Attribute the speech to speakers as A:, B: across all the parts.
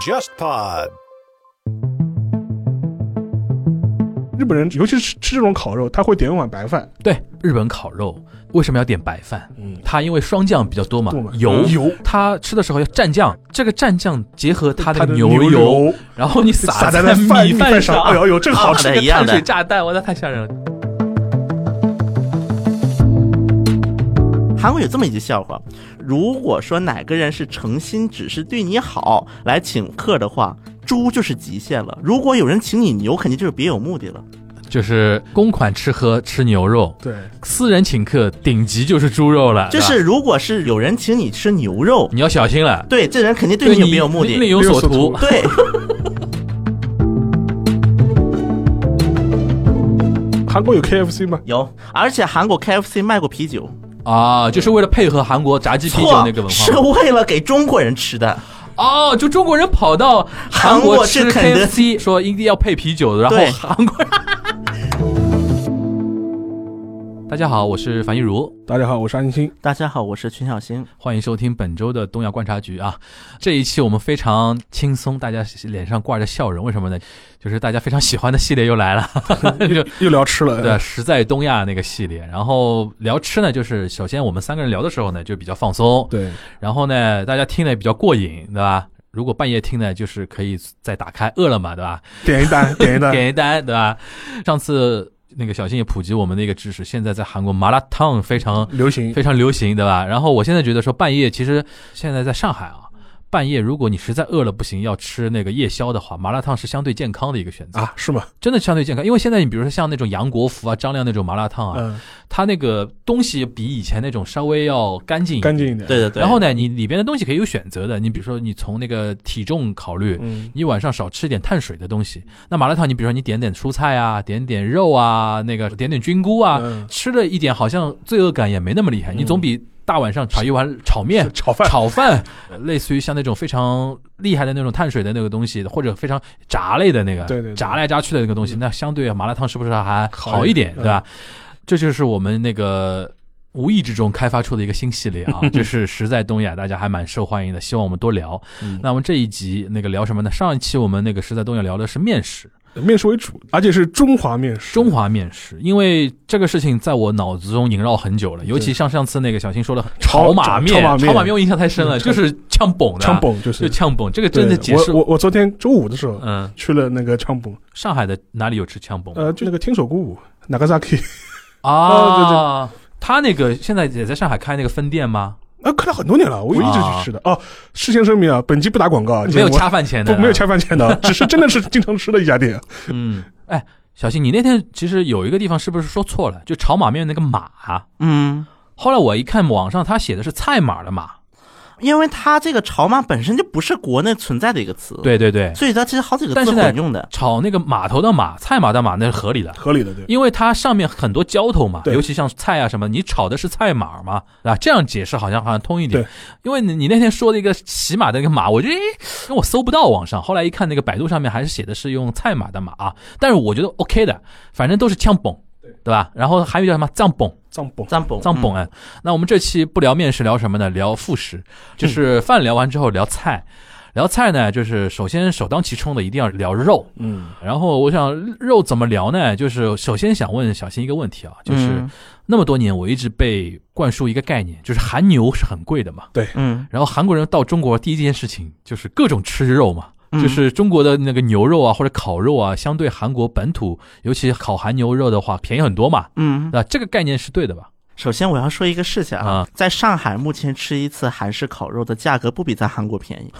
A: JustPod。
B: 日本人尤其是吃这种烤肉，他会点一碗白饭，
C: 对，日本烤肉为什么要点白饭？
A: 嗯，
C: 它因为霜降比较多嘛
B: 多嘛，
C: 油
B: 嗯油，
C: 它吃的时候要蘸酱，这个蘸酱结合它
B: 他
C: 的
B: 的
C: 牛油，
B: 油
C: 然后你撒
B: 撒在
C: 在
B: 那饭
C: 米
B: 饭
C: 上，
B: 哎呦呦，这个好吃。
C: 啊
D: 一样的
C: 碳水炸弹，我的太吓人了。
D: 韩国有这么一句笑话：如果说哪个人是诚心只是对你好来请客的话，猪就是极限了；如果有人请你牛，肯定就是别有目的了。
C: 就是公款吃喝吃牛肉，
B: 对，
C: 私人请客顶级就是猪肉了，
D: 就是
C: 啊对吧
D: 如果是有人请你吃牛肉，
C: 你要小心了，
D: 对，这人肯定对你有
C: 你
D: 别有目
C: 另
D: 的。
C: 有
B: 另有
C: 所
B: 所
C: 图
B: 图。
D: 对，
B: 韩国有 KFC 吗？
D: 有，而且韩国 KFC 卖过啤酒，
C: 啊，就是为了配合韩国炸鸡啤酒
D: 错
C: 那个文，
D: 是
C: 化。
D: 为了给中国人吃的。
C: 哦，就中国人跑到韩
D: 韩国吃
C: 吃
D: 肯德
C: KFC，说一定要配啤酒的，然
D: 对
C: 后韩国人。 大家好，我是樊一茹，
B: 大家好，我是安欣。
D: 大家好，我是群小新。
C: 欢迎收听本周的东亚观察局啊！这一期我们非常轻松，大家脸上挂着笑容，为什么呢？就是大家非常喜欢的系列又来了， 就
B: 又聊吃了，嗯
C: 对，实在东亚那个系列。然后聊吃呢，就是首先我们三个人聊的时候呢，就比较放松，
B: 对，
C: 然后呢，大家听呢比较过瘾，对吧？如果半夜听呢，就是可以再打开饿了么，对吧？
B: 点一 单，点一单，
C: 点一单，对吧？上次那个小新也普及我们的一个知识，现在在韩国麻辣烫非常
B: 流行
C: 非常流行，对吧？然后我现在觉得说半夜，其实现在在上海啊，半夜如果你实在饿了不行，要吃那个夜宵的话，麻辣烫是相对健康的一个选择，
B: 啊，是吗？
C: 真的相对健康。因为现在你比如说像那种杨国福啊、张亮那种麻辣烫啊，
B: 嗯，
C: 它那个东西比以前那种稍微要干净一点
B: 干。净一点。，
D: 对对对，
C: 然后呢，你里边的东西可以有选择的，你比如说你从那个体重考虑，
B: 嗯，
C: 你晚上少吃点碳水的东西。那麻辣烫，你比如说你点点蔬菜啊，点点肉啊，那个点点菌菇啊，
B: 嗯
C: 吃了一点，好像罪恶感也没那么厉害。你总比大晚上炒一碗炒面、
B: 炒饭，
C: 炒饭，呃类似于像那种非常厉害的那种碳水的那个东西，或者非常炸类的那个，
B: 对对对嗯
C: 炸来炸去的那个东西，那相对麻辣烫是不是还好
B: 好
C: 一
B: 一
C: 点，
B: 点
C: 对吧？这就是我们那个。无意之中开发出的一个新系列 啊，就是实在东亚，大家还蛮受欢迎的，希望我们多聊。
D: 嗯
C: 那我们这一集那个聊什么呢？上一期我们那个实在东亚聊的是面食，
B: 面食为主，而且是中华面食。
C: 中华面食，因为这个事情在我脑子中萦绕很久了，尤其像上次那个小新说的
B: 炒
C: 马
B: 炒嗯
C: 面，
B: 炒马面
C: 炒马面我印象太深
B: 嗯
C: 了，就是呛崩的，啊
B: 昌蹦就，
C: 就是呛崩，这个
B: 对
C: 真的解释
B: 我我我昨天周五的时候
C: 嗯，
B: 去了那个昌蹦，
C: 上海的哪里有吃呛崩？
B: 呃，就那个听手鼓舞 Nagasaki，哦
C: 啊，他那个现在也在上海开那个分店吗？
B: 啊，开了很多年了，我一直去吃的。哦，事先声明啊，本期不打广告啊，
C: 没有
B: 节目
C: 恰饭钱的，
B: 不没有恰饭钱的，只是真的是经常吃的一家店。
C: 嗯，哎，小新，你那天其实有一个地方是不是说错了？就炒马面那个马，啊
D: 嗯，
C: 后来我一看网上他写的是菜码的码，
D: 因为它这个炒码本身就不是国内存在的一个词，，
C: 对对对，
D: 所以它其实好几个
C: 但
D: 字
C: 是呢
D: 混用的。
C: 炒那个码头的码，菜码的码那是合理的。
B: 合理的，对，
C: 因为它上面很多浇头嘛，
B: 对
C: 尤其像菜啊什么，你炒的是菜码嘛，啊，这样解释好像好像通一点
B: 对。
C: 因为你你那天说的一个骑马的那个马，我觉得诶因为我搜不到网上，后来一看那个百度上面还是写的是用菜码的马啊，但是我觉得 OK 的，反正都是呛蹦，对吧？然后还有叫什么藏蹦，
B: 藏蹦
D: 藏蹦，
C: 藏蹦哎，那我们这期不聊面食，聊什么呢？聊副食，
B: 嗯
C: 就是饭聊完之后聊菜。聊菜呢，就是首先首当其冲的一定要聊肉，
B: 嗯，
C: 然后我想肉怎么聊呢？就是首先想问小新一个问题啊，
D: 嗯
C: 就是那么多年我一直被灌输一个概念，就是韩牛是很贵的嘛。
D: 嗯，
C: 然后韩国人到中国第一件事情就是各种吃肉嘛，
D: 嗯
C: 就是中国的那个牛肉啊或者烤肉啊，相对韩国本土，尤其烤韩牛肉的话便宜很多嘛。
D: 嗯，
C: 那这个概念是对的吧？
D: 首先我要说一个事情啊
C: 啊，
D: 在上海目前吃一次韩式烤肉的价格不比在韩国便宜。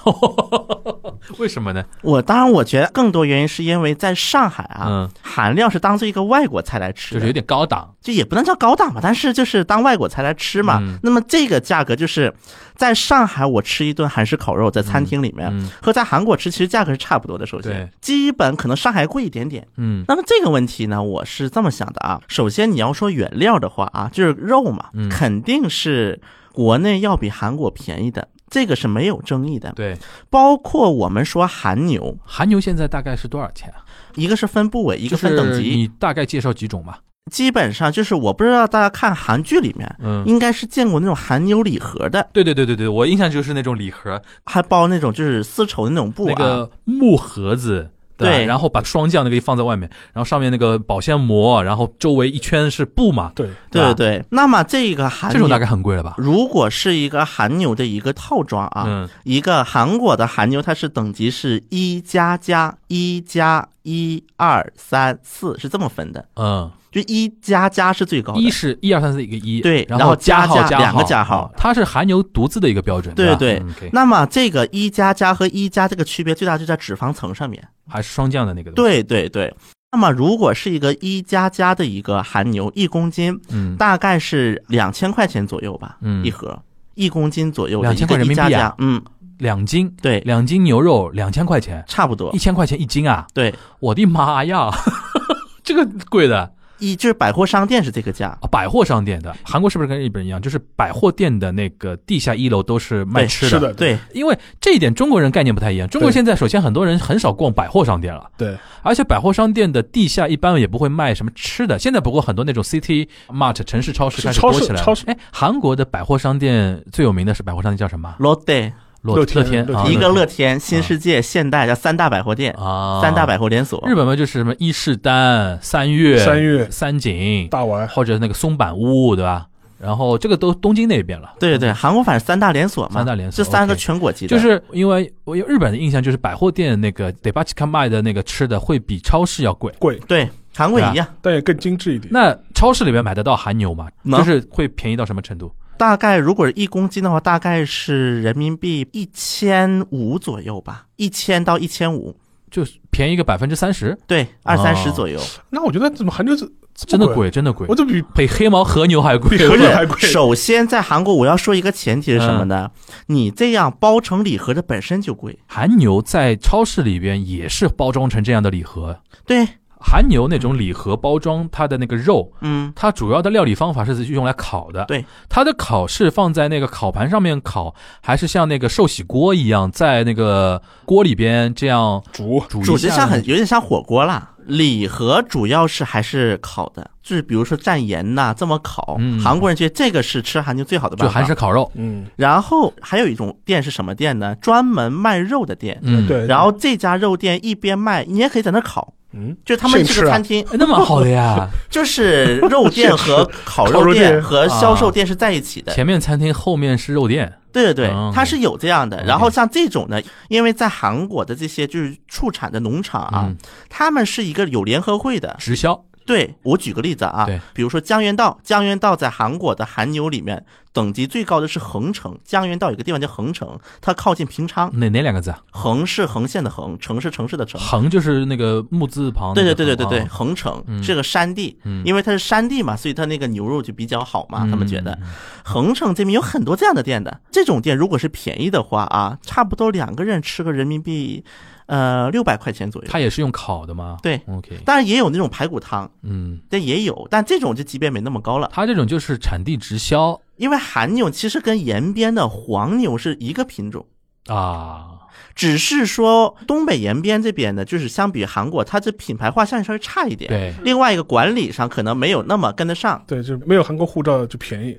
C: 为什么呢？
D: 我当然，我觉得更多原因是因为在上海啊，
C: 嗯，
D: 韩料是当做一个外国菜来吃
C: 就是有
D: 的，
C: 点高档，
D: 就也不能叫高档吧，但是就是当外国菜来吃嘛
C: 嗯。
D: 那么这个价格就是在上海我吃一顿韩式烤肉在餐厅里面。
C: 嗯
D: 和在韩国吃其实价格是差不多的，首
C: 对
D: 先，基本可能上海贵一点点，
C: 嗯
D: 那么这个问题呢，我是这么想的啊。首先，你要说原料的话啊，就是肉嘛，
C: 嗯
D: 肯定是国内要比韩国便宜的，这个是没有争议的。
C: 对，
D: 包括我们说韩牛，
C: 韩牛现在大概是多少钱啊？
D: 一个是分部位，一
C: 一
D: 个分等级。
C: 你大概介绍几种吧。
D: 基本上就是我不知道大家看韩剧里面，
C: 嗯，
D: 应该是见过那种韩牛礼盒的，
C: 对对对对对，我印象就是那种礼盒，
D: 还包那种就是丝绸的那种布
C: 那
D: 啊，
C: 个木盒子。吧
D: 对
C: 然后把霜降那个放在外面，然后上面那个保鲜膜，然后周围一圈是布嘛，
B: 对，
D: 对
C: 吧
D: 对对。那么这个韩
C: 这种
D: 牛
C: 大概很贵了吧？
D: 如果是一个韩牛的一个套装啊，
C: 嗯，
D: 一个韩国的韩牛，它是等级是一加加一加一二三四是这么分的，
C: 嗯，
D: 就一加加是最高的
C: 一。是一二三四一个一，
D: 对
C: 然
D: 然后
C: 加
D: 加
C: 号
D: 加
C: 加
D: 两个
C: 号
D: 加号
C: 哦它是韩牛独自的一个标准，
D: 对
C: 吧
D: 对
C: 嗯，OK
D: 那么这个一加加和一加这个区别最大就在脂肪层上面。
C: 还是霜降的那个，，
D: 对对对。那么如果是一个一加加的一个韩牛，一公斤
C: 嗯，
D: 大概是两千块钱左右吧，
C: 嗯
D: 一盒一公斤左右的
C: 2000
D: 一
C: 块
D: 个
C: 人民
D: 一
C: 币
D: 加
C: 啊
D: 加，嗯，
C: 两斤，
D: 对，
C: 两斤牛肉两千块钱，
D: 差不多
C: 一，千块钱一斤啊！
D: 对，
C: 我的妈呀， 这个贵的
D: 一就是百货商店是这个价，
C: 啊！百货商店的，韩国是不是跟日本一样？就是百货店的那个地下一楼都是卖
D: 对
C: 吃的，
B: 是的，
D: 对，
C: 因为这一点中国人概念不太一样。中国现在首先很多人很少逛百货商店了，
B: 对，
C: 而且百货商店的地下一般也不会卖什么吃的。现在不过很多那种 City Mart 城市超市
B: 是
C: 开始
B: 超
C: 多
B: 市
C: 起来了。
B: 超市
C: 哎，韩国的百货商店最有名的是百货商店叫什么？
D: 罗德。
C: 乐
B: 乐天
C: 天
B: 乐
C: 啊，
B: 天
D: 一个乐天、新世界、现代叫三大百货店，
C: 啊，
D: 三大百货连锁。
C: 日本嘛，就是什么伊势丹、三月、
B: 三月
C: 三井，
B: 大丸
C: 或者那个松坂屋，对吧？然后这个都东京那边了。
D: 对对对，韩国反正三大连锁嘛，
C: 三大连锁
D: 这三个
C: OK
D: 全国级的，
C: 就是因为我有日本的印象，就是百货店那个 d e b a c h i k a 卖的那个吃的会比超市要贵。
B: 贵，
D: 对韩国一样。
B: 但也更精致一点。
C: 那超市里面买得到韩牛吗？
D: 能
C: 就是会便宜到什么程度？
D: 大概如果是一公斤的话，大概是人民币一千五左右吧，一千到一千五，
C: 就是便宜个百分之三十，
D: 对，二三
C: 哦
D: 十左右。
B: 那我觉得怎么韩牛这
C: 真
B: 这么
C: 的
B: 贵？
C: 贵，真的贵
B: 我，怎么比
C: 比黑毛和牛还贵。
B: 比和
D: 不
B: 牛
D: 是
B: 还贵？
D: 首先在韩国，我要说一个前提是什么呢？
C: 嗯
D: 你这样包成礼盒的本身就贵，
C: 韩牛在超市里边也是包装成这样的礼盒，
D: 对，
C: 韩牛那种礼盒包装它的那个肉，
D: 嗯，
C: 它主要的料理方法是用来烤的。
D: 对，
C: 它的烤是放在那个烤盘上面烤，还是像那个寿喜锅一样，在那个锅里边这样
B: 主
C: 煮
D: 主
C: 一
D: 食
C: 下？
D: 上很有点像火锅啦。礼盒主要是还是烤的，就是比如说蘸盐呐、这么烤。
C: 嗯
D: 韩国人觉得这个是吃韩牛最好的办
C: 就
D: 法。
C: 韩式。烤肉。
B: 嗯，
D: 然后还有一种店是什么店呢？专门卖肉的店。
C: 嗯，。
B: 对，
D: 然后这家肉店一边卖，你也可以在那烤，
B: 嗯，
D: 就是他们
B: 现
D: 这
B: 吃
D: 个
B: 啊
D: 餐厅，
C: 哎那蛮好的 呀，
D: 就是 肉店和烤
B: 烤
D: 肉
B: 肉
D: 店
B: 店。
D: 和销售
C: 啊
D: 店是在一起的。
C: 前面餐厅，后面是肉店。
D: 对对对
C: 嗯，
D: 它是有这样的。
C: OK
D: 然后像这种呢，因为在韩国的这些就是畜产的农场啊
C: 嗯，
D: 他们是一个有联合会的，
C: 直销，
D: 对我举个例子啊
C: 对，
D: 比如说江原道，江原道在韩国的韩牛里面等级最高的是横城，江原道有个地方叫横城，它靠近平昌，
C: 哪哪两个字啊？
D: 横是横线的横，城是城市的城。
C: 横就是那个木字旁那
D: 对
C: 个
D: 对
C: 横。
D: 对对对对，
C: 啊，
D: 横城
C: 嗯
D: 是个山地，
C: 嗯
D: 因为它是山地嘛，所以它那个牛肉就比较好嘛。他们觉得
C: 嗯
D: 横城这边有很多这样的店的，这种店如果是便宜的话啊，差不多两个人吃个人民币，呃，六百块钱左右。
C: 它也是用烤的吗？
D: 对
C: ，OK，
D: 当然也有那种排骨汤，
C: 嗯，
D: 但也有，但这种就级别没那么高了。
C: 它这种就是产地直销
D: 因为韩牛其实跟延边的黄牛是一个品种，
C: 啊，
D: 只是说东北延边这边呢，就是相比韩国，它这品牌化相对稍微差一点。，
C: 对，
D: 另外一个管理上可能没有那么跟得上
B: 对，就没有韩国护照就便宜。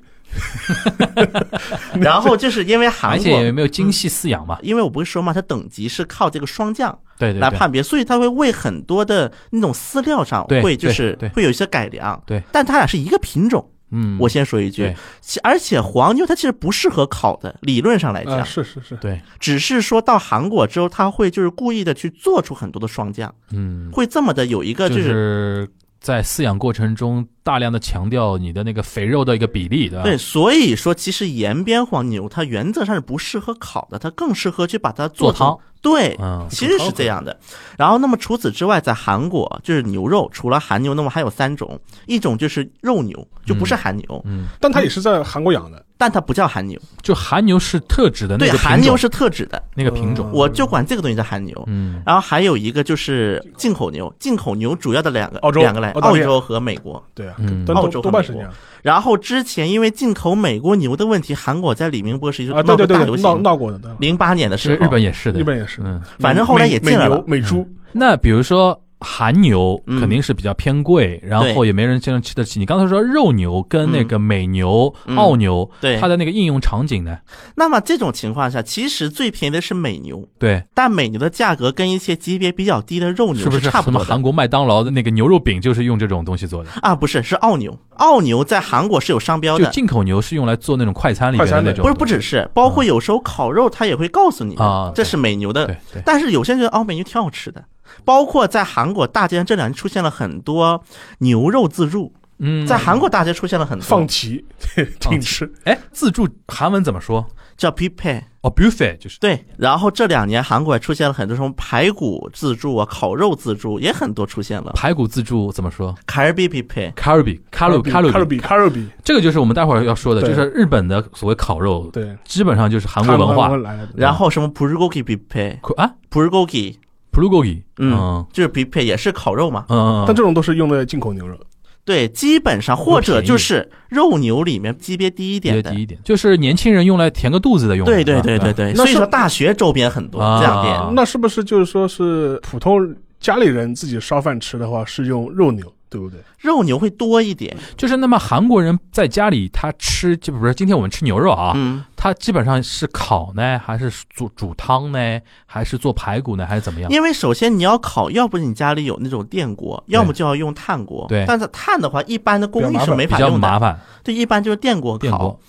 D: 然后就是因为韩
C: 而
D: 国，嗯
C: 且也没有精细饲养嘛，
D: 因为我不是说嘛，它等级是靠这个霜降
C: 对对
D: 来
C: 对，
D: 判别，所以它会为很多的那种饲料上
C: 对
D: 会就是
C: 对对
D: 会有一些改良。
C: 对，
D: 但它俩是一个品种。
C: 嗯，
D: 我先说一句
C: 对，
D: 其而且黄牛它其实不适合烤的，理论上来
C: 呃
B: 啊，
D: 讲，
B: 是是是，
C: 对，
D: 只是说到韩国之后，他会就是故意的去做出很多的霜降，
C: 嗯，
D: 会这么的有一个就、
C: 就是是在饲养过程中大量的强调你的那个肥肉的一个比例，对吧？
D: 对，所以说其实延边黄牛它原则上是不适合烤的，它更适合去把它
C: 做
D: 做成
C: 汤，
D: 对。
C: 嗯
D: 其实是这样的，然后那么除此之外，在韩国就是牛肉，除了韩牛，那么还有三种，一种就是肉牛，就不是韩牛，
C: 嗯，
B: 但它也是在韩国养的，
D: 但它不叫韩牛，
C: 就韩牛是特指的那
D: 对，
C: 个
D: 韩
C: 品
D: 牛
C: 种，
D: 是特指的，
C: 那个品
B: 嗯
C: 种，
D: 我就管这个东西叫韩牛。
C: 嗯，
D: 然后还有一个就是进口牛，进口牛主要的两个
B: 澳洲
D: 两个来，
B: 澳大
D: 澳
B: 利亚
D: 洲和美国。
B: 对啊
C: 嗯，
B: 但
D: 澳
B: 多
D: 洲和
B: 多半啊是这样
D: 然后之前因为进口美国牛的问题，韩国在李明博时期就
B: 啊，
D: 闹
B: 对
D: 过
B: 对
D: 大
B: 对
D: 流
B: 对，闹
D: 行。
B: 闹过的，对吧
D: 零八年的时
C: 是
D: 候，
C: 日本也是的，
B: 日本也是，
C: 嗯，
D: 反正后来也
B: 美
D: 进来了
B: 美牛美猪，
C: 那比如说韩牛
D: 嗯
C: 肯定是比较偏贵，然后也没人经常吃得起。你刚才说肉牛跟那个美牛、
D: 嗯
C: 澳牛，
D: 对
C: 它的那个应用场景呢？
D: 那么这种情况下，其实最便宜的是美牛，
C: 对，
D: 但美牛的价格跟一些级别比较低的肉牛
C: 是不是
D: 差不
C: 什么
D: 多的
C: 韩国麦当劳的那个牛肉饼就是用这种东西做的？
D: 啊？不是，是澳牛。澳牛在韩国是有商标
C: 就
D: 的，
C: 进口牛是用来做那种快餐里面
B: 快餐
C: 那
B: 的
C: 种，
D: 不是不只是，包括有时候烤肉它也会告诉你
C: 啊
D: 这是美 牛的
C: 对。对，
D: 但是有些人觉得哦，美牛挺好吃的。包括在韩国大街上这两年出现了很多牛肉自助，
C: 嗯，
D: 在韩国大街出现了很
B: 放
D: 多，
B: 题 挺吃，
C: 哎自助韩文怎么说？
D: 叫 p i p a y
C: 哦，buffet 就是
D: 对，然后这两年韩国也出现了很多什么排骨自助啊、烤肉自助，也很多出现了。
C: 排骨自助怎么说
D: 卡尔比 p i p a y
C: c a r b i c a r b i c a
B: 卡
C: r
B: 路
C: b
B: 比
C: i
B: 卡路比，
C: 这个就是我们待会儿要说的，就
B: 对
C: 是日本的所谓烤肉，
B: 对，
C: 基本上就是嗯韩国文
B: 韩
C: 化
B: 国来的。
D: 然后什么 bulgogi p i p a y
C: 苦啊
D: bulgogi
C: ，bulgogi，
D: 嗯
C: 嗯
D: 就是 p i p a y 也是烤肉嘛。
C: 嗯，
B: 但这种都是用的进口牛肉，
D: 对，基本上或者就是肉牛里面级别低一
C: 比
D: 点
C: 较
D: 的。
C: 低一点，就是年轻人用来填个肚子的用的。啊
D: 对对
C: 是吧
D: 对对，对，
B: 那
D: 所以
B: 是
D: 说大学周边很多
C: 啊
D: 这样
C: 啊
D: 店。
B: 那是不是就是说是普通家里人自己烧饭吃的话是用肉牛，对不对？
D: 肉牛会多一点。
C: 就是那么韩国人在家里他吃，就比如说今天我们吃牛肉啊，
D: 嗯，
C: 他基本上是烤呢，还是煮煮汤呢，还是做排骨呢，还是怎么样？
D: 因为首先你要烤，要不你家里有那种电锅，要么就要用炭锅。
C: 对
D: 但是炭的话，一般的公
B: 比
D: 寓
B: 较麻
D: 是
B: 烦
D: 没
C: 比
D: 法
C: 较
D: 用
C: 麻
D: 的，
C: 烦，
D: 对，一般就是电锅
C: 电
D: 烤
C: 锅。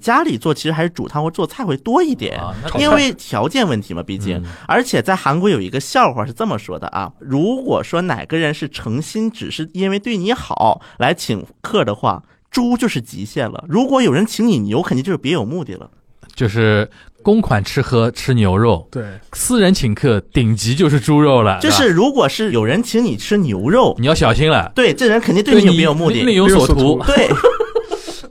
D: 家里做其实还是煮汤或做菜会多一点，
C: 啊，那
B: 炒
D: 因
B: 菜
D: 为条件问题嘛，毕
C: 嗯
D: 竟。而且在韩国有一个笑话是这么说的啊，如果说哪个人是诚心只是因为对你好来请客的话，猪就是极限了。如果有人请你牛，肯定就是别有目的了。
C: 就是公款吃喝吃牛肉，
B: 对，
C: 私人请客顶级啊就是猪肉了，
D: 就是
C: 吧
D: 是如果是有人请你吃牛肉，
C: 你要小心了，
D: 对，这人肯定对你有别有目
C: 另另
D: 的。
C: 有
B: 另
C: 所
B: 有
C: 图
B: 所。
D: 对，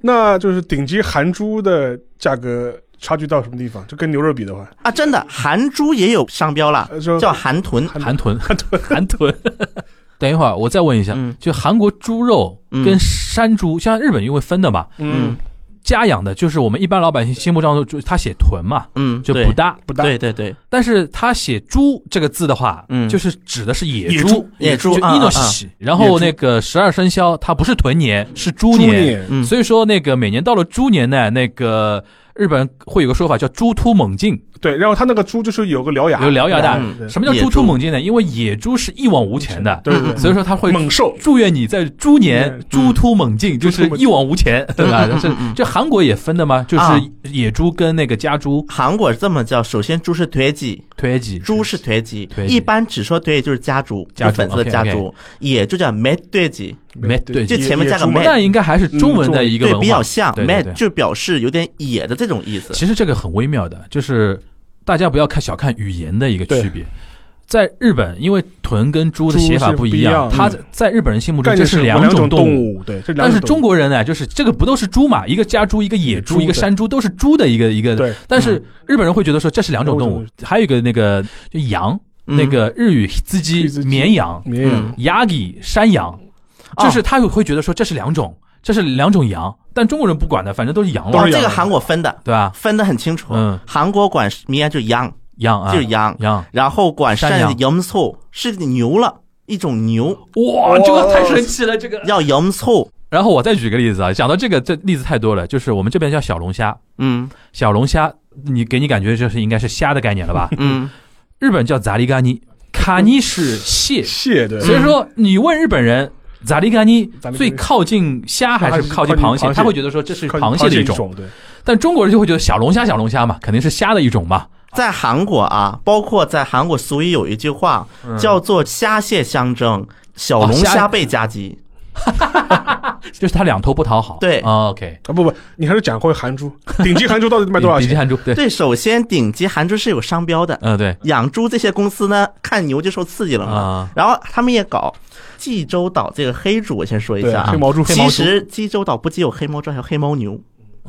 B: 那就是顶级韩猪的价格差距到什么地方？就跟牛肉比的话，
D: 啊，真的，韩猪也有商标了，
B: 呃就
D: 叫韩豚。
C: 韩豚，韩豚，韩豚。 等一会儿，我再问一下，
D: 嗯
C: 就韩国猪肉跟山猪，像日本因为分的嘛，
D: 嗯
C: 家养的，就是我们一般老百姓心目当中，就他写豚嘛，
D: 嗯，
C: 就
D: 对
C: 不搭。
B: 不大，
D: 对对对，
C: 但是他写猪这个字的话，
D: 嗯
C: 就是指的是野
B: 野
C: 猪
B: 猪，
D: 野猪
C: 就
D: 啊
C: 一诺
D: 啊啊
C: 喜。然后那个十二生肖，它不是豚年，是猪
B: 猪
C: 年。
B: 年
D: 嗯
C: 所以说，那个每年到了猪年呢，那个日本会有个说法叫“猪突猛进
B: 对，然后它那个猪就是有个獠牙，
C: 有獠牙的
B: 嗯”。对
C: 什么叫“
D: 野
C: 猪突
D: 猪
C: 猛进”呢？因为野猪是一往无前的，
B: 对对对，
C: 所以说它会
B: 猛兽，
C: 祝愿你在猪年
B: 嗯
C: 猪突猛进， 就是一往无前，对吧？
D: 嗯
C: 这这韩国也分的吗？就是
D: 啊
C: 野猪跟那个家猪
D: 韩国是这么叫，首先猪是腿鸡，
C: 推挤，
D: 猪是腿鸡
C: 腿，鸡
D: 一般只说腿就是家猪，
C: 家
D: 就
C: 猪
D: 粉色的
C: OK，
D: 家
C: OK
D: 猪，也就叫 mad 对鸡，
C: 没对
D: 就
B: 野
D: 前面加个
B: 野猪嘛
D: mad
C: 那应该还是中文的一个文
D: 对，
C: 化，
D: 比较像
C: 对对对
D: mad 就表示有点野的这种意思。
C: 其实这个很微妙的，就是大家不要看小看语言的一个区别。在日本，因为豚跟猪的写法不一
B: 猪
C: 样，
B: 是不一样
C: 它在在日本人心目中
B: 概
C: 这
B: 念
C: 是
B: 是
C: 两
B: 种
C: 动物。
B: 物，对，这两
C: 但
B: 种动
C: 是
B: 物
C: 中国人呢，就是这个不都是猪嘛？一个家猪，一个野
B: 野
C: 猪，
B: 猪
C: 一个山猪，都是猪的一个一个。
B: 对
C: 但是日本人会觉得说这是两种动物
B: 两种，
C: 还有一个那个就羊，
D: 嗯
C: 那个日语自己
B: hitsuzgi
C: 绵羊、
B: 绵
D: 嗯
B: 羊
C: yagi 山羊，
D: 哦
C: 就是他会觉得说这是两种，这是两种羊，但中国人不管的，反正都是羊
B: 都
C: 了，
D: 哦，
B: 是
D: 这
B: 养
D: 个
B: 的
D: 韩国分的，
C: 对吧？
D: 分的很清楚。
C: 嗯
D: 韩国管绵就是羊，
C: 羊啊，
D: 就是羊，
C: 羊，
D: 然后管
C: 山
D: 山
C: 羊
D: 的 yum s o 是牛了，一种牛
C: 哇，这个太神奇了，这个。
D: 叫 yum s o
C: 然后我再举个例子啊，讲到这个，这例子太多了，就是我们这边叫小龙虾，
D: 嗯
C: 小龙虾，你给你感觉就是应该是虾的概念了吧？
D: 嗯，
C: 日本叫杂利嘎尼，卡尼是蟹，
B: 蟹对，
C: 所以说你问日本人。杂利嘎尼
B: 杂利嘎尼
C: 最靠近虾还是靠近螃蟹？他会觉得说这是
B: 靠
C: 螃蟹的一种，，
B: 对，
C: 但中国人就会觉得小龙虾小龙虾嘛，肯定是虾的一种嘛。
D: 在韩国啊，包括在韩国俗语有一句话叫做“虾蟹相争，小
C: 嗯
D: 龙
C: 哦虾
D: 虾被夹击
C: 就是它两头不讨好。
D: 对
C: 啊，OK，
B: 啊不不，你还是讲回韩 猪，顶级韩猪到底卖多少
C: 比基
B: 钱？
C: 汉猪”。对，
D: 对，首先顶级韩猪是有商标的，
C: 嗯对，
D: 养猪这些公司呢，看牛就受刺激了嘛。
C: 啊
D: 然后他们也搞济州岛这个黑猪，我先说一
B: 对
D: 下，啊
B: 黑。毛猪，黑毛
D: 其
B: 猪，
D: 实济州岛不仅有黑猫猪，还有黑牦牛。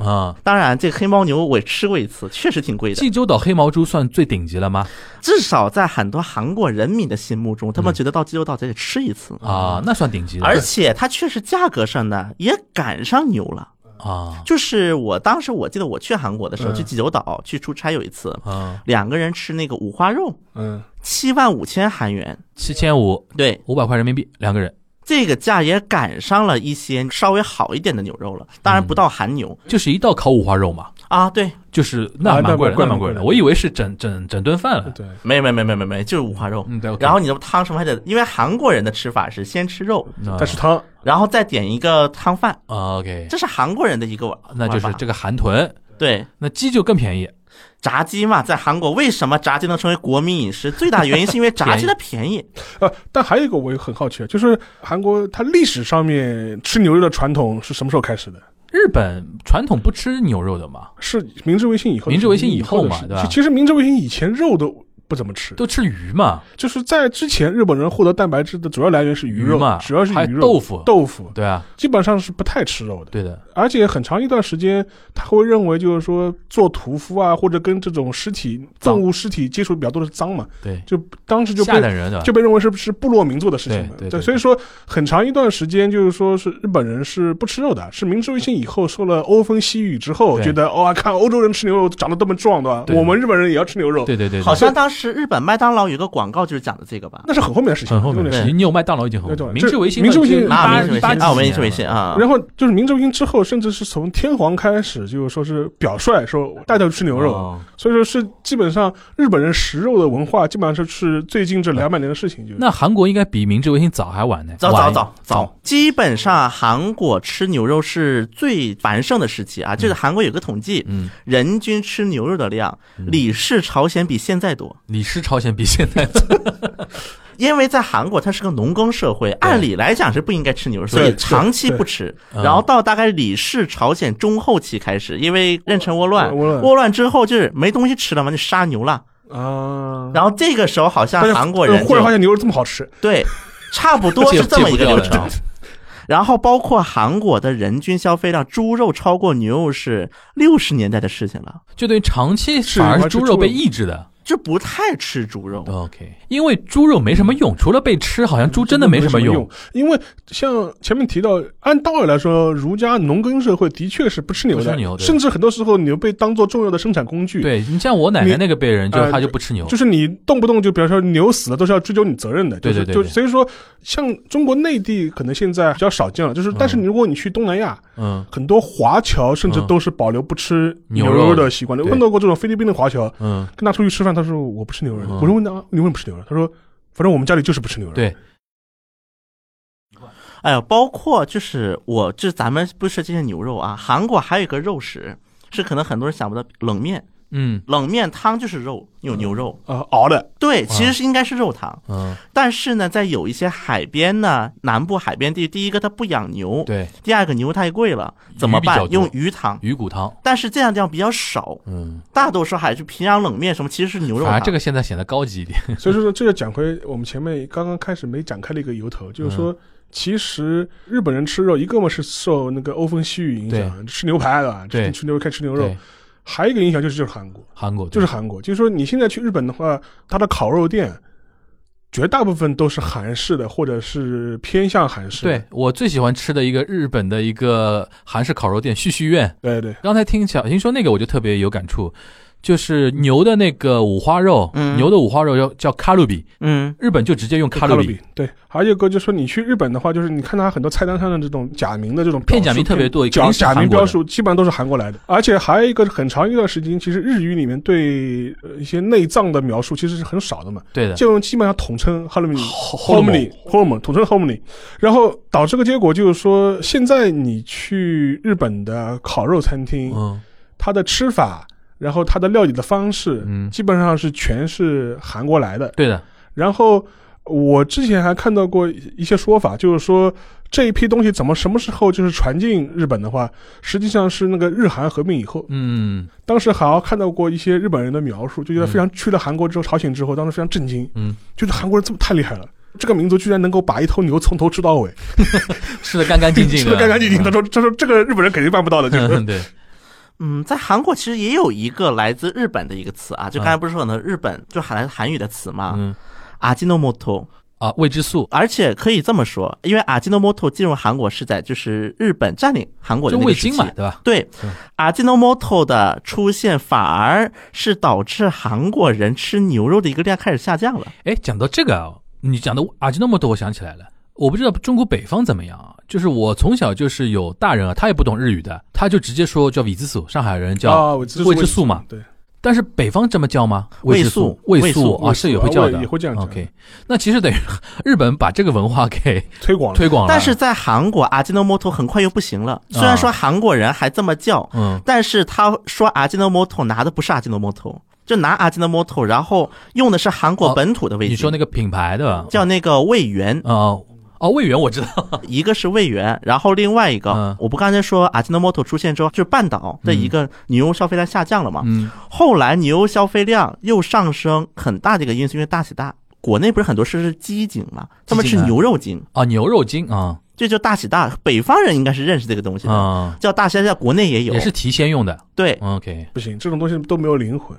C: 啊，
D: 当然，这个黑牦牛我也吃过一次，确实挺贵的。
C: 济州岛黑毛猪算最顶级了吗？
D: 至少在很多韩国人民的心目中，他们觉得到济州岛得吃一次。
C: 啊，那算顶嗯级的。
D: 而且它确实价格上呢也赶上牛了。
C: 啊
D: 就是我当时我记得我去韩国的时候，
B: 嗯
D: 去济州岛去出差有一次，
C: 啊
D: 两个人吃那个五花肉，
B: 嗯，
D: 七万五千韩元。
C: 七千五
D: 对，
C: 五百块人民币两个人，
D: 这个价也赶上了一些稍微好一点的牛肉了，当然不到韩牛、
C: 就是一道烤五花肉嘛，
D: 啊。对，
C: 就是那
B: 啊
C: 蛮贵的，
B: 那蛮贵的
C: 那蛮贵
B: 蛮贵
C: 的，
B: 的
C: 我以为是整整整顿饭了。
B: 对，
D: 没没没没没没，就是五花肉。
C: 嗯，对。OK
D: 然后你的汤什么还得，因为韩国人的吃法是先吃肉，
C: 那
B: 但是汤
D: 然后再点一个汤饭，
C: 啊 OK，
D: 这是韩国人的一个玩
C: 那就是这个韩豚，
D: 对
C: 那鸡就更便宜。
D: 炸鸡嘛，在韩国为什么炸鸡能成为国民饮食？最大原因是因为炸鸡它便宜。
B: 呃，但还有一个我也很好奇，啊就是韩国它历史上面吃牛肉的传统是什么时候开始的？
C: 日本传统不吃牛肉的嘛，
B: 是明治维新以后的事，
C: 明治维新以后
B: 后的
C: 嘛
B: 事
C: 对吧
B: 其其实明治维新以前肉都不怎么吃，
C: 都吃鱼嘛，
B: 就是在之前日本人获得蛋白质的主要来源是鱼肉，
C: 嘛，
B: 主要是
C: 还
B: 鱼
C: 有
B: 肉、
C: 豆腐，
B: 豆腐，
C: 对啊，
B: 基本上是不太吃肉的。
C: 对的，
B: 而且很长一段时间，他会认为就是说做屠夫啊，或者跟这种尸体、
C: 脏
B: 动物尸体接触比较多的是脏嘛，
C: 对，
B: 就当时就
C: 下
B: 被
C: 等人对吧？
B: 就被认为是是部落民族的事情嘛。
C: 对对对
B: 所以说很长一段时间就是说是日本人是不吃肉的，是明治维新以后受了欧风西语之后，
C: 对
B: 觉得哇、看欧洲人吃牛肉长得这么壮对吧？
C: 对
B: 我们日本人也要吃牛肉，
C: 对对对，对
D: 好像当时日本麦当劳有一个广告就是讲的这个吧？
B: 那是很后面的事情，
C: 很后面
B: 对
C: 的事情，你有麦当劳已经很后面
B: 对对
C: 明治维新
B: 明治维新
C: 就是
B: 那
C: 八
D: 啊，明治维
C: 八
D: 新
C: 几
D: 啊，我
C: 年
D: 们明治维
C: 了
D: 新啊，
B: 然后就是明治维新之后，甚至是从天皇开始，就是说是表率说带头吃牛肉，
C: 哦
B: 所以说是基本上日本人食肉的文化，基本上是是最近
D: 嗯
B: 这两百年的事情。就是
C: 那韩国应该比明治维新早还晚呢？
D: 早早
C: 晚
D: 早早，基本上韩国吃牛肉是最繁盛的时期啊。就是韩国有个统计，
C: 嗯，
D: 人均吃牛肉的量，李氏朝鲜比现在多。
C: 李氏朝鲜比现 在早
D: 因为在韩国它是个农耕社会，按理来讲是不应该吃牛肉，所以
B: 对
D: 长期不吃。
C: 对
D: 然后到大概李氏朝鲜中后期开始，因为壬辰倭乱，
B: 倭乱
D: 倭乱之后就是没东西吃了嘛，就杀牛了。
B: 啊，
D: 然后这个时候好像
B: 但是呃
D: 韩国人
B: 忽然
D: 就
B: 发现牛肉这么好吃，
D: 对，差 不啊多
C: 戒
D: 是这么一个
C: 戒不掉
D: 流
C: 了
D: 程。然后包括韩国的人均消费量，猪肉超过牛肉是六十年代的事情了，
C: 就对长期
B: 是
C: 反而
B: 我
C: 是
B: 还
C: 猪
B: 吃
C: 肉
B: 猪
C: 被
B: 肉
C: 抑制的。
D: 就不太吃猪肉。
C: OK，因为猪肉没什么用，除了被吃，好像猪真的没什么用
B: 用。，因为像前面提到，按道理来说，儒家农耕社会的确是不吃牛
C: 不
B: 的，
C: 吃牛对
B: 甚至很多时候牛被当做重要的生产工具。，
C: 对你像我奶奶那个辈人，就
B: 呃
C: 她就不吃牛
B: 就，是你动不动就比方说牛死了都是要追究你责任的，就是
C: 对对对
B: 就
C: 对
B: 所以说，像中国内地可能现在比较少见了，就是但是你如果你去东南亚，
C: 嗯
B: 很多华侨甚至都是保留不吃牛
C: 牛肉
B: 肉
C: 的
B: 的习惯的。我
C: 对
B: 碰到过这种菲律宾的华侨，
C: 嗯，
B: 跟他出去吃饭，他说我不吃牛肉的。
C: 嗯
B: 我说问他你为什么不吃牛肉？他说反正我们家里就是不吃牛肉。
C: 对，
D: 哎呀，包括就是我这咱们不吃这些牛肉啊，韩国还有一个肉食是可能很多人想不到，冷面，
C: 嗯
D: 冷面汤就是肉，有牛肉。
B: 啊、熬 的
D: 对，其实是应该是肉汤，
C: 嗯，
D: 但是呢，在有一些海边呢，南部海边地区，第一个它不养牛，
C: 对，
D: 第二个牛太贵了，怎么
C: 鱼比较
D: 办？
C: 多
D: 用鱼汤。
C: 鱼骨汤，
D: 但是这样地方比较少，
C: 嗯，
D: 大多数还是平壤冷面什么，其实是牛肉
C: 反
D: 汤。
C: 啊而这个现在显得高级一点。
B: 所以说这就讲回我们前面刚刚开始没展开的一个由头，
C: 嗯
B: 就是说。其实日本人吃肉，一个嘛是受那个欧风西语影响，吃牛排对吧？
C: 对
B: 吃牛开吃牛肉
C: 对。，
B: 还有一个影响就是就是韩国，
C: 韩国
B: 就是韩国。就是说你现在去日本的话，它的烤肉店绝大部分都是韩式的，或者是偏向韩式的。
C: 对我最喜欢吃的一个日本的一个韩式烤肉店旭旭苑，
B: 对对对，
C: 刚才听小新说那个，我就特别有感触，就是牛的那个五花肉，
D: 嗯
C: 牛的五花肉叫叫卡路比，
D: 嗯，
C: 日本就直接用卡
B: 卡
C: 路
B: 比。对，还有一个就是说，你去日本的话，就是你看它很多菜单上的这种假名的这种
C: 片
B: 标
C: 假名
B: 注
C: 特别多肯
B: 假
C: 定是
B: 假
C: 韩
B: 名
C: 国的
B: 标注基本上都是韩国来的。而且还有一个很长一段时间，其实日语里面对呃一些内脏的描述其实是很少的嘛，
C: 对的，
B: 就基本上统称 h a l o m i
C: Hominy
B: hominy home 统称 hominy，然后导致个结果就是说，现在你去日本的烤肉餐厅，
C: 嗯，
B: 它的吃法，然后它的料理的方式，
C: 嗯
B: 基本上是全是韩国来的。
C: 对的，
B: 然后我之前还看到过一些说法，就是说这一批东西怎么什么时候就是传进日本的话，实际上是那个日韩合并以后，
C: 嗯
B: 当时好像看到过一些日本人的描述，就觉得非常去了韩国之后，朝鲜之后，当时非常震惊，
C: 嗯，
B: 觉得韩国人这么太厉害了。这个民族居然能够把一头牛从头吃到 尾，
C: 吃的干干净净
B: 吃
C: 的，
B: 的干干净净。他
C: 的，
B: 说：“他说这个日本人肯定办不到的，就是
C: 嗯，对，
D: 嗯，在韩国其实也有一个来自日本的一个词啊，就刚才不是说呢，日本就喊来自韩语的词嘛，
C: 嗯，
D: 阿基诺莫托，
C: 啊，未知数，
D: 而且可以这么说，因为阿基诺摩托进入韩国是在就是日本占领韩国的
C: 就
D: 那
C: 味
D: 个时
C: 精
D: 期
C: 嘛，。对吧？
D: 对
C: 嗯，
D: 阿基诺摩托的出现反而是导致韩国人吃牛肉的一个量开始下降了。
C: 哎，讲到这个啊，你讲的阿基诺摩多，我想起来了。我不知道中国北方怎么样啊，就是我从小就是有大人啊，他也不懂日语的，他就直接说叫米字素，上海人叫，
B: 啊，我知
C: 未
B: 知
C: 知数嘛，
B: 对，
C: 但是北方这么叫吗？
D: 味
C: 知
D: 素
C: 味
D: 味
C: 素
D: 素
C: 啊，
B: 味
C: 是也
B: 素
C: 会
B: 啊
C: 叫
B: 味
C: 的，
B: 也会这样讲
C: OK，那其实等于日本把这个文化给
B: 推广了
C: 推广了，
D: 但是在韩国，阿基诺摩托很快又不行了。
C: 啊
D: 虽然说韩国人还这么叫，
C: 嗯，
D: 但是他说阿基诺摩托拿的不是阿基诺摩托，就拿阿基诺摩托，然后用的是韩国本土的味
C: 哦
D: 精。
C: 你说那个品牌对吧？
D: 叫那个味源，
C: 哦哦，味源我知道，
D: 一个是味源，然后另外一个，
C: 嗯
D: 我不刚才说阿基诺摩托出现之后，就是半岛的一个牛肉消费量下降了嘛。
C: 嗯
D: 后来牛肉消费量又上升，很大的一个因素因为大喜大，国内不是很多吃是鸡精嘛，他们
C: 鸡
D: 吃
C: 精啊
D: 牛肉精，
C: 啊，牛肉精啊
D: 这就大喜大。北方人应该是认识这个东西的，
C: 啊，
D: 叫大喜大，在国内也有。
C: 也是提鲜用的。
D: 对，
C: OK，
B: 不行，这种东西都没有灵魂，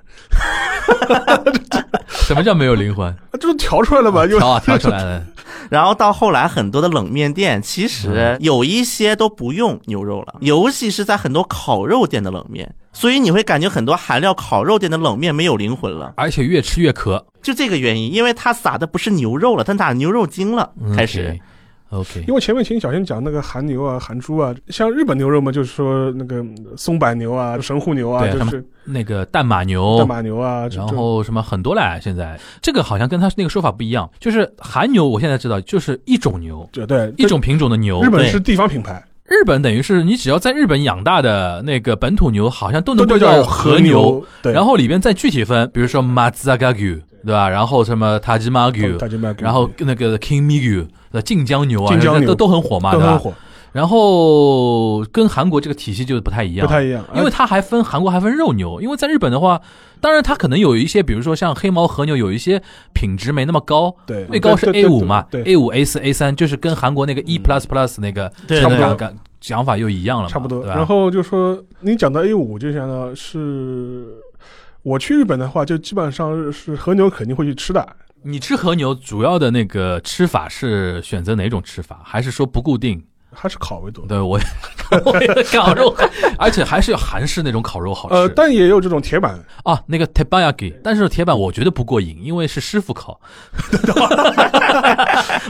C: 什么叫没有灵魂？
B: 啊，这都调出来了吧？又
C: 调啊调出来了，
D: 然后到后来很多的冷面店，其实有一些都不用牛肉了，尤其是在很多烤肉店的冷面，所以你会感觉很多韩料烤肉店的冷面没有灵魂了。
C: 而且越吃越咳。
D: 就这个原因，因为它撒的不是牛肉了，它撒牛肉精了，开始
C: 嗯 OK，
B: 因为前面请小仙讲那个韩牛啊、韩猪啊，像日本牛肉嘛，就是说那个松板牛啊、神户牛啊，
C: 对
B: 就
C: 他们
B: 是
C: 那个淡马
B: 大
C: 牛。
B: 马牛啊，这
C: 然
B: 这
C: 后什么很多嘞，现在这个好像跟他那个说法不一样，就是韩牛，我现在知道就是一种牛，
B: 这对
C: 一种品种的牛。
B: 这日本
D: 对
B: 是地方品牌，
C: 日本等于是你只要在日本养大的那个本土牛，好像都能
B: 都
C: 归
B: 都
C: 到
B: 叫
C: 和
B: 和
C: 牛。，
B: 对，哦
C: 然后里边再具体分，比如说 Matsugagyu，对吧？然后什么 Tajima
B: 大
C: Gyu，
B: 大金麦，
C: 然后那个 King Migu 的晋江牛啊，
B: 晋江牛
C: 都都很火嘛，
B: 都
C: 对
B: 很
C: 吧？
B: 火，
C: 然后跟韩国这个体系就不太一
B: 不
C: 样，
B: 太一样，
C: 因为
B: 啊
C: 它还分韩国还分肉牛，因为在日本的话，当然它可能有一些，比如说像黑毛和牛，有一些品质没那么高。
B: 对
C: 最高是
B: 对
C: A
B: 对
C: 五嘛
B: 对对
C: ，A 五 A 四 A 三就是跟韩国那个 E plus plus 那个
D: 对
C: 想
B: 对
C: 法感想法又一样了嘛，
B: 差不多。
C: 对吧
B: 然后就说你讲到 A 五，就想到是。我去日本的话，就基本上是和牛肯定会去吃的，
C: 你吃和牛主要的那个吃法是选择哪种吃法，还是说不固定？
B: 还是烤为主。
C: 对我，我也烤肉， 而且还是要韩式那种烤肉好吃。
B: 呃，但也有这种铁板，
C: 啊，那个 t e b a y a k i 但是铁板我觉得不过瘾，因为是师傅烤。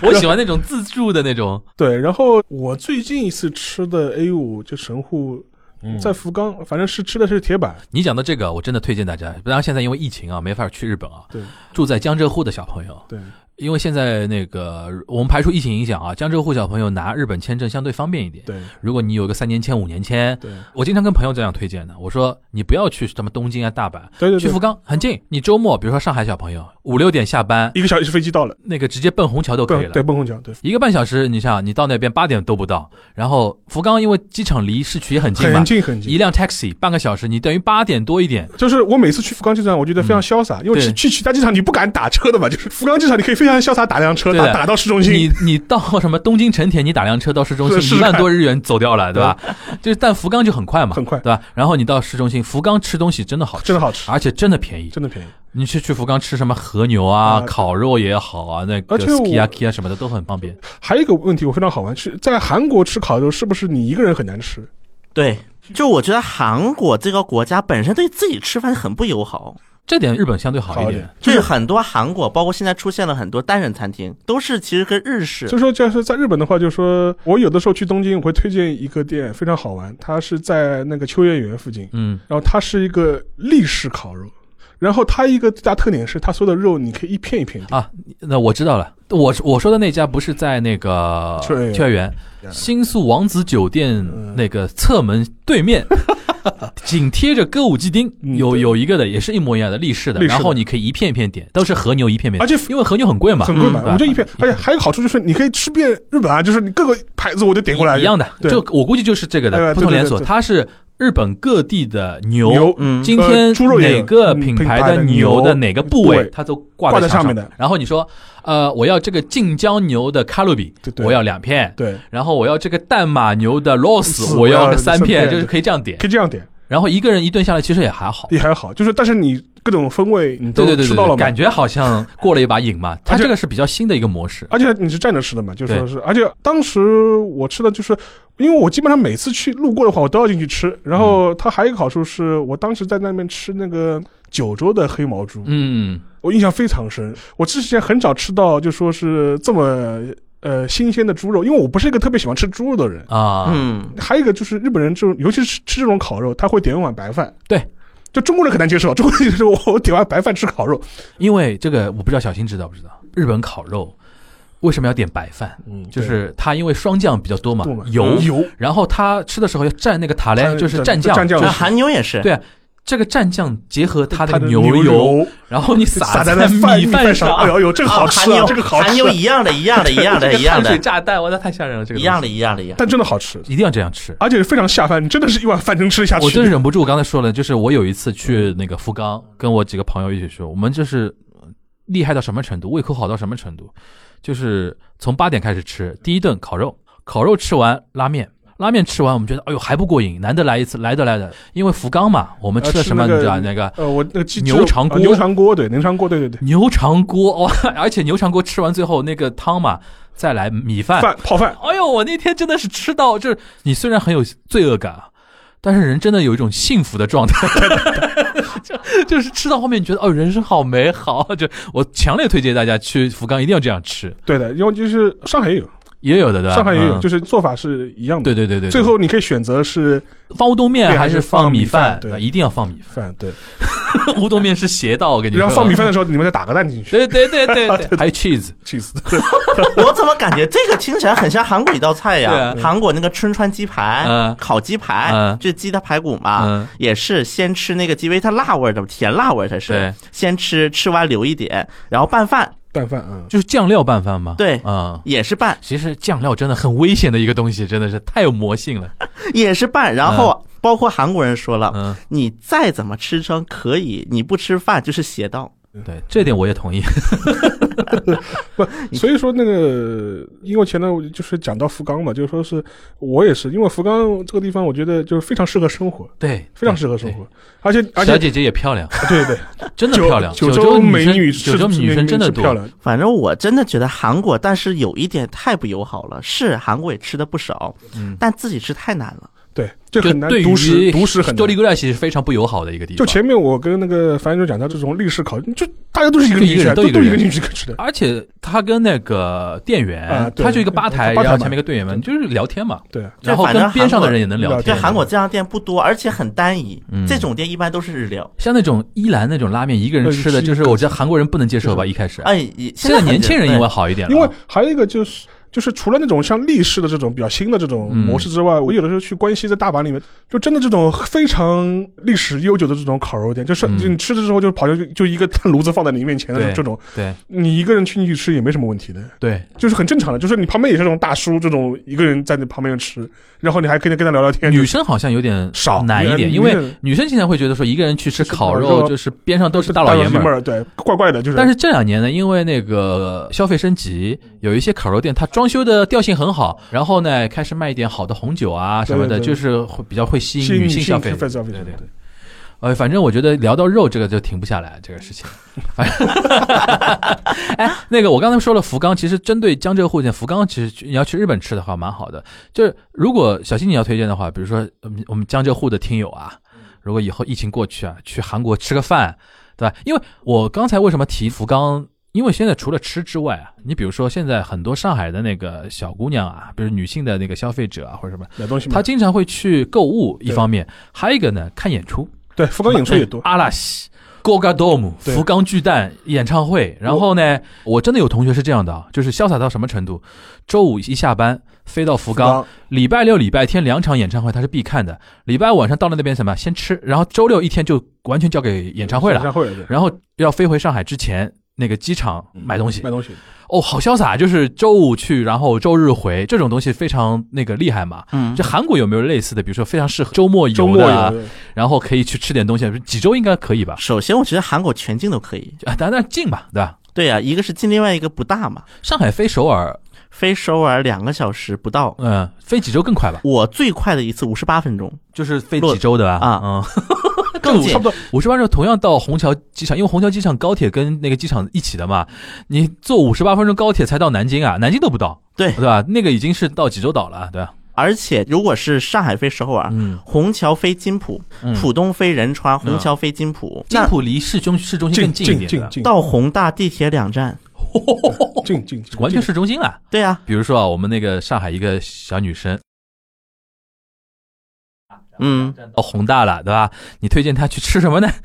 C: 我喜欢那种自助的那种，
B: 对。然后我最近一次吃的 A 五就神户，
C: 嗯
B: 在福冈，反正是吃的是铁板，
C: 你讲到这个，我真的推荐大家。当然，现在因为疫情啊，没法去日本啊。
B: 对
C: 住在江浙沪的小朋友，
B: 对，
C: 因为现在那个我们排除疫情影响啊，江浙沪小朋友拿日本签证相对方便一点。
B: 对
C: 如果你有个三年签、五年签，
B: 对
C: 我经常跟朋友这样推荐的，我说你不要去什么东京啊、大阪，
B: 对对
C: 去
B: 对
C: 福，冈很近。你周末，比如说上海小朋友五六点下班，
B: 一个小时飞机到了，
C: 那个直接奔虹桥都可以
B: 对
C: 了。
B: 对，蹦空桥，对，
C: 一个半小时，你想，你到那边八点都不到，然后福冈因为机场离市区也很近嘛
B: 很，近很
C: 一
B: 近。
C: 辆 taxi 半个小时，你等于八点多一点，
B: 就是我每次去福冈机场，我觉得非常潇洒，因为
C: 嗯对
B: 去去其他机场你不敢打车的嘛，就是福冈机场你可以非常潇洒打辆车，
C: 对的
B: 打打到市中
C: 你
B: 心，
C: 你到什么东京成田，你打辆车到市中
B: 是
C: 心
B: 是
C: 一万多日元走掉了，对吧？就是但福冈就很快嘛，
B: 很快
C: 对吧？然后你到市中心，福冈吃东西真的好吃，
B: 真的好吃，
C: 而且真的便宜。
B: 真的便宜。
C: 你去去福冈吃什么和牛啊、
B: 啊
C: 烤肉也好啊，那个
B: 而且我
C: skiaki 啊什么的都很方便。
B: 还有一个问题我非常好玩，是在韩国吃烤肉是不是你一个人很难吃？
D: 对，就我觉得韩国这个国家本身对自己吃饭很不友好，
C: 这点日本相对好
B: 好
C: 一
B: 一
C: 点
B: 点。
D: 就是很多韩国，包括现在出现了很多单人餐厅，都是其实跟日式
B: 所以说，就是在日本的话，就是说我有的时候去东京，我会推荐一个店，非常好玩，它是在那个秋叶原附近，
C: 嗯，
B: 然后它是一个立式烤肉，然后它一个最大特点是它所有的肉你可以一片一片
C: 啊那我知道了。我我说的那家不是在那个
B: 秋叶原
C: 秋叶原新宿王子酒店
B: 嗯
C: 那个侧门 对面，紧贴着歌舞伎町
B: 嗯
C: 有
B: 对
C: 有一个的，也是一模一样的立式的，
B: 立式的
C: 然后你可以一片一片点，都是和牛一片片，
B: 而且
C: 因为和牛很贵嘛，
B: 很贵买，
C: 嗯
B: 我就一片，而且还有个好处就是你可以吃遍日本啊，就是你各个牌子我就点过来
C: 一样的，
B: 对
C: 就我估计就是这个
B: 哎对
C: 的普通
B: 对
C: 连
B: 对
C: 锁，
B: 对
C: 它是日本各地的牛
B: 牛。
D: 嗯，
C: 今
B: 呃
C: 天
B: 猪肉也有
C: 哪个
B: 嗯
C: 品
B: 品
C: 牌
B: 牌
C: 的
B: 的
C: 牛的
B: 牛
C: 哪个部位
B: 对，
C: 它都挂
B: 挂
C: 在
B: 在
C: 墙
B: 上面的
C: 然后你说，呃，我要这个晋江牛的卡路比
B: 对，对
C: 我要两片，
B: 对，
C: 然后我要这个淡马牛的 loss，
B: 四
C: 我
B: 我
C: 要
B: 要
C: 个三
B: 三
C: 片，
B: 片
C: 就是可以这样点
B: 可。以这样点
C: 然后一个人一顿下来其实也还好，
B: 也还好，就是但是你各种风味你嗯都
C: 对对对
B: 吃
C: 对
B: 到了嘛
C: 对，感。觉好像过了一把 瘾嘛。它
B: 而且
C: 这个是比较新的一个模式，
B: 而且你是站着吃的嘛，就说
C: 对
B: 是，而且当时我吃的就是，因为我基本上每次去路过的话，我都要进去吃。然
C: 嗯
B: 后它还有一个好处是，我当时在那边吃那个九州的黑毛猪，
C: 嗯，
B: 我印象非常深。我之前很少吃到就说是这么呃新鲜的猪肉，因为我不是一个特别喜欢吃猪肉的人。
C: 啊，
D: 嗯，
B: 还有一个就是日本人这种，尤其是吃这种烤肉，他会点一碗白饭。
C: 对。
B: 就中国人很难接受，中 国人就是我我点完白饭吃烤肉，
C: 因为这个我不知道小新知道不知道，日本烤肉为什么要点白饭？
B: 嗯，
C: 就是它因为霜降比较多嘛
B: 对，
C: 油，
B: 嗯油，
C: 然后它吃的时候要蘸那个塔
B: 蘸
C: 嘞，就是
B: 蘸
C: 蘸酱，
B: 蘸酱
D: 那韩牛也是，
C: 对这个蘸酱结合它
B: 它
C: 的
B: 的
C: 油，
B: 油
C: 然后你
B: 撒
C: 在
B: 在饭
C: 米
B: 饭
C: 上，
B: 哎呦呦，这个好吃
D: 啊
B: 啊，
D: 韩
B: 这个
D: 牛
B: 好
D: 韩
B: 吃
D: 牛
B: 啊，
D: 一样的，一样的，一样的，
C: 这
D: 一
C: 个
D: 样
C: 碳水
D: 的，
C: 炸弹，我的太吓人了，这个
D: 一样
C: 东
D: 的，一样的，一样的。
B: 但真的好吃，
C: 西一定要这样吃。
B: 而且非常下饭，你真的啊是一碗饭能吃得下去。
C: 我真忍不住，我刚才说了，就是我有一次去那个福冈，跟我几个朋友一起去，我们就是呃厉害到什么程度，胃口好到什么程度，就是从八点开始吃第一顿烤肉，烤肉吃完拉面。拉面吃完，我们觉得哎呦还不过瘾，难得来一次，来的来的，因为福冈嘛，我们吃
B: 呃
C: 了
B: 吃
C: 什么
B: 那
C: 你
B: 个
C: 知道那个
B: 呃，我那个鸡
C: 牛肠锅
B: 呃牛肠锅对，牛肠锅对对对，
C: 牛肠锅哇，而且牛肠锅吃完最后那个汤嘛，再来米饭，
B: 饭泡饭，
C: 哎呦，我那天真的是吃到，就是你虽然很有罪恶感啊，但是人真的有一种幸福的 状态，就就是吃到后面你觉得哦，人生好美好。就我强烈推荐大家去福冈一定要这样吃，
B: 对的，因为就是上海也有，
C: 也有的对吧？
B: 上海也有，
C: 嗯
B: 就是做法是一样的。
C: 对对对对，
B: 最后你可以选择是
C: 放乌冬面
B: 对
C: 还是放米饭，
B: 对
C: 一定要放米
B: 饭，对，
C: 饭。乌冬面是邪道，我跟你说。啊
B: 然后放米饭的时啊候，你们再打个蛋进去
C: 对。对对 对对，还有 cheese，
B: ，cheese，
D: 我怎么感觉这个听起来很像韩国一道菜
C: 对
D: 呀
C: 啊？
D: 韩国那个春川鸡排
C: 嗯、
D: 烤鸡排
C: 嗯，
D: 就鸡的排骨嘛
B: 啊
C: 嗯，
D: 也是先吃那个鸡，因为它辣味儿的，甜辣味儿它是
C: 对，
D: 先吃，吃完留一点，然后拌饭
B: 拌饭啊，
C: 就是酱料拌饭吗？
D: 对
C: 啊、
D: 也是拌，
C: 其实酱料真的很危险的一个东西，真的是太有魔性了。
D: 也是拌，然后包括韩国人说了，
C: 嗯，
D: 你再怎么吃撑可以，你不吃饭就是邪道。
C: 对，这点我也同意。
B: 不，所以说那个，因为前段我就是讲到福冈嘛，就是说是我也是，因为福冈这个地方，我觉得就是非常适合生活，
C: 对，
B: 非常
C: 对
B: 适合生。
C: 对
B: 活，而且而且
C: 小姐姐也漂 亮，
B: 对对，
C: 真的
B: 九
C: 漂亮。
B: 九
C: 州
B: 美
C: 女
B: 是
C: 生，九州女生真的
B: 是漂
C: 多。
B: 亮，
D: 反正我真的觉得韩国，但是有一点太不友好了，是韩国也吃的不少，
C: 嗯，
D: 但自己吃太难了。
B: 对，这
C: 就
B: 很难
C: 对
B: 独食，
C: 于
B: 独食很
C: 多利
B: 难。
C: 古拉西是非常不友好的一个地方。
B: 就前面我跟那个樊振洲讲到这种历史考，就大家都是一个
C: 就
B: 进
C: 一个
B: 去，
C: 人
B: 都
C: 都一个
B: 都一
C: 人啊
B: 个进去吃的，
C: 而且他跟那个店员，
B: 啊对
C: 他就一个吧台，
B: 吧台嘛
C: 然后前面一个队员们就是聊天嘛，
B: 对，
D: 这
C: 然后
D: 反正
C: 跟边上的
D: 韩国
C: 人也能聊
B: 对
C: 天。
D: 韩国这样的店不多，而且很单一。
C: 嗯
D: 这种店一般都是日料。
C: 像那种伊兰那种拉面，一个人吃的，
B: 对
C: 就是我觉得韩国人不能接受吧，一开始。
D: 哎，现
C: 现在
D: 很
C: 年轻人因为
D: 对
C: 好一点了
B: 因
C: 啊，
B: 为还有一个就是。就是除了那种像立式的这种比较新的这种
C: 嗯
B: 模式之外，我有的时候去关西在大阪里面，就真的这种非常历史悠久的这种烤肉店，就是
C: 嗯
B: 就你吃的时候就跑就就一个 炭炉子放在你面前的
C: 对
B: 这种，
C: 对
B: 你一个人去进去吃也没什么问题的，
C: 对，
B: 就是很正常的。就是你旁边也是这种大叔这种一个人在你旁边吃，然后你还可以跟他聊聊天。
C: 女
B: 就是
C: 生好像有点
B: 少
C: 难一点，
B: 女
C: 因为
B: 生
C: 女生现在会觉得说一个人去吃
B: 吃
C: 烤
B: 烤肉
C: 肉，就是边上都是大
B: 大
C: 老爷们
B: 们
C: 儿。
B: 儿，对，怪怪的，就是。
C: 但是这两年呢，因为那个消费升级，有一些烤肉店它装修的调性很好，然后呢开始卖一点好的红酒啊什么的，
B: 对对对
C: 就是会比较会吸
B: 吸
C: 引
B: 引
C: 女性消费。
B: 消费者，
C: 对对
B: 对
C: 呃，反正我觉得聊到肉这个就停不下来这个事情。 哎，那个我刚才说了福冈，其实针对江浙沪呢，福冈其实你要去日本吃的话蛮好的。就是如果小新你要推荐的话，比如说我们我们江浙沪的听友啊，如果以后疫情过去啊，去韩国吃个饭，对吧？因为我刚才为什么提福冈？因为现在除了吃之外啊，你比如说现在很多上海的那个小姑娘啊，比如女性的那个消费者啊或者什么，
B: 买东西嘛。
C: 她经常会去购物，一
B: 对
C: 方面，还有一个呢看演出。
B: 对福冈演出也多，
C: 阿拉西。g o g a Dome
B: 对
C: 福冈巨蛋演唱会，然后呢，我真的有同学是这样的啊，就是潇洒到什么程度，周五一下班飞到福
B: 福
C: 冈，礼拜六、礼拜天两场演唱会他是必看的，礼拜晚上到了那边什么先吃，然后周六一天就完全交给演唱会
B: 演
C: 了，
B: 唱会对，
C: 然后要飞回上海之前那个机场买东西
B: 买，东西。
C: 哦，好潇洒，就是周五去，然后周日回，这种东西非常那个厉害嘛。
D: 嗯
C: 这，韩国有没有类似的，比如说非常适合周末
B: 周
C: 游
B: 末
C: 的啊，
B: 有
C: 然后可以去吃点东西，几周应该可以吧？
D: 首先我觉得韩国全境都可以。
C: 啊，但但近吧，对吧？
D: 对呀、一个是近，另外一个不大嘛，
C: 上海飞首尔，
D: 飞首尔两个小时不到。
C: 嗯、飞济州更快吧？
D: 我最快的一次五十八分钟，
C: 就是飞
D: 洛
C: 济州的吧？
D: 啊
C: 嗯，
D: 更
B: 差
D: 近
B: 不。多
C: 五十八分钟同样到虹桥机场，因为虹桥机场高铁跟那个机场一起的嘛，你坐五十八分钟高铁才到南京啊，南京都不到，
D: 对
C: 对吧？那个已经是到济州岛了，啊对吧？
D: 而且如果是上海飞首尔，
C: 嗯，
D: 虹桥飞金浦，
C: 嗯
D: 啊浦东飞仁川，虹
C: 嗯
D: 桥飞金浦，
C: 金
D: 那
C: 浦离市中市中心
B: 近
C: 更一
B: 近
C: 点的
B: 近，近
D: 到宏大地铁两站，
B: 近近近，
C: 完全
B: 近
C: 市中心了。
D: 对啊，
C: 比如说啊，我们那个上海一个小女生
D: 嗯，
C: 到宏大了，对吧？你推荐她去吃什么呢？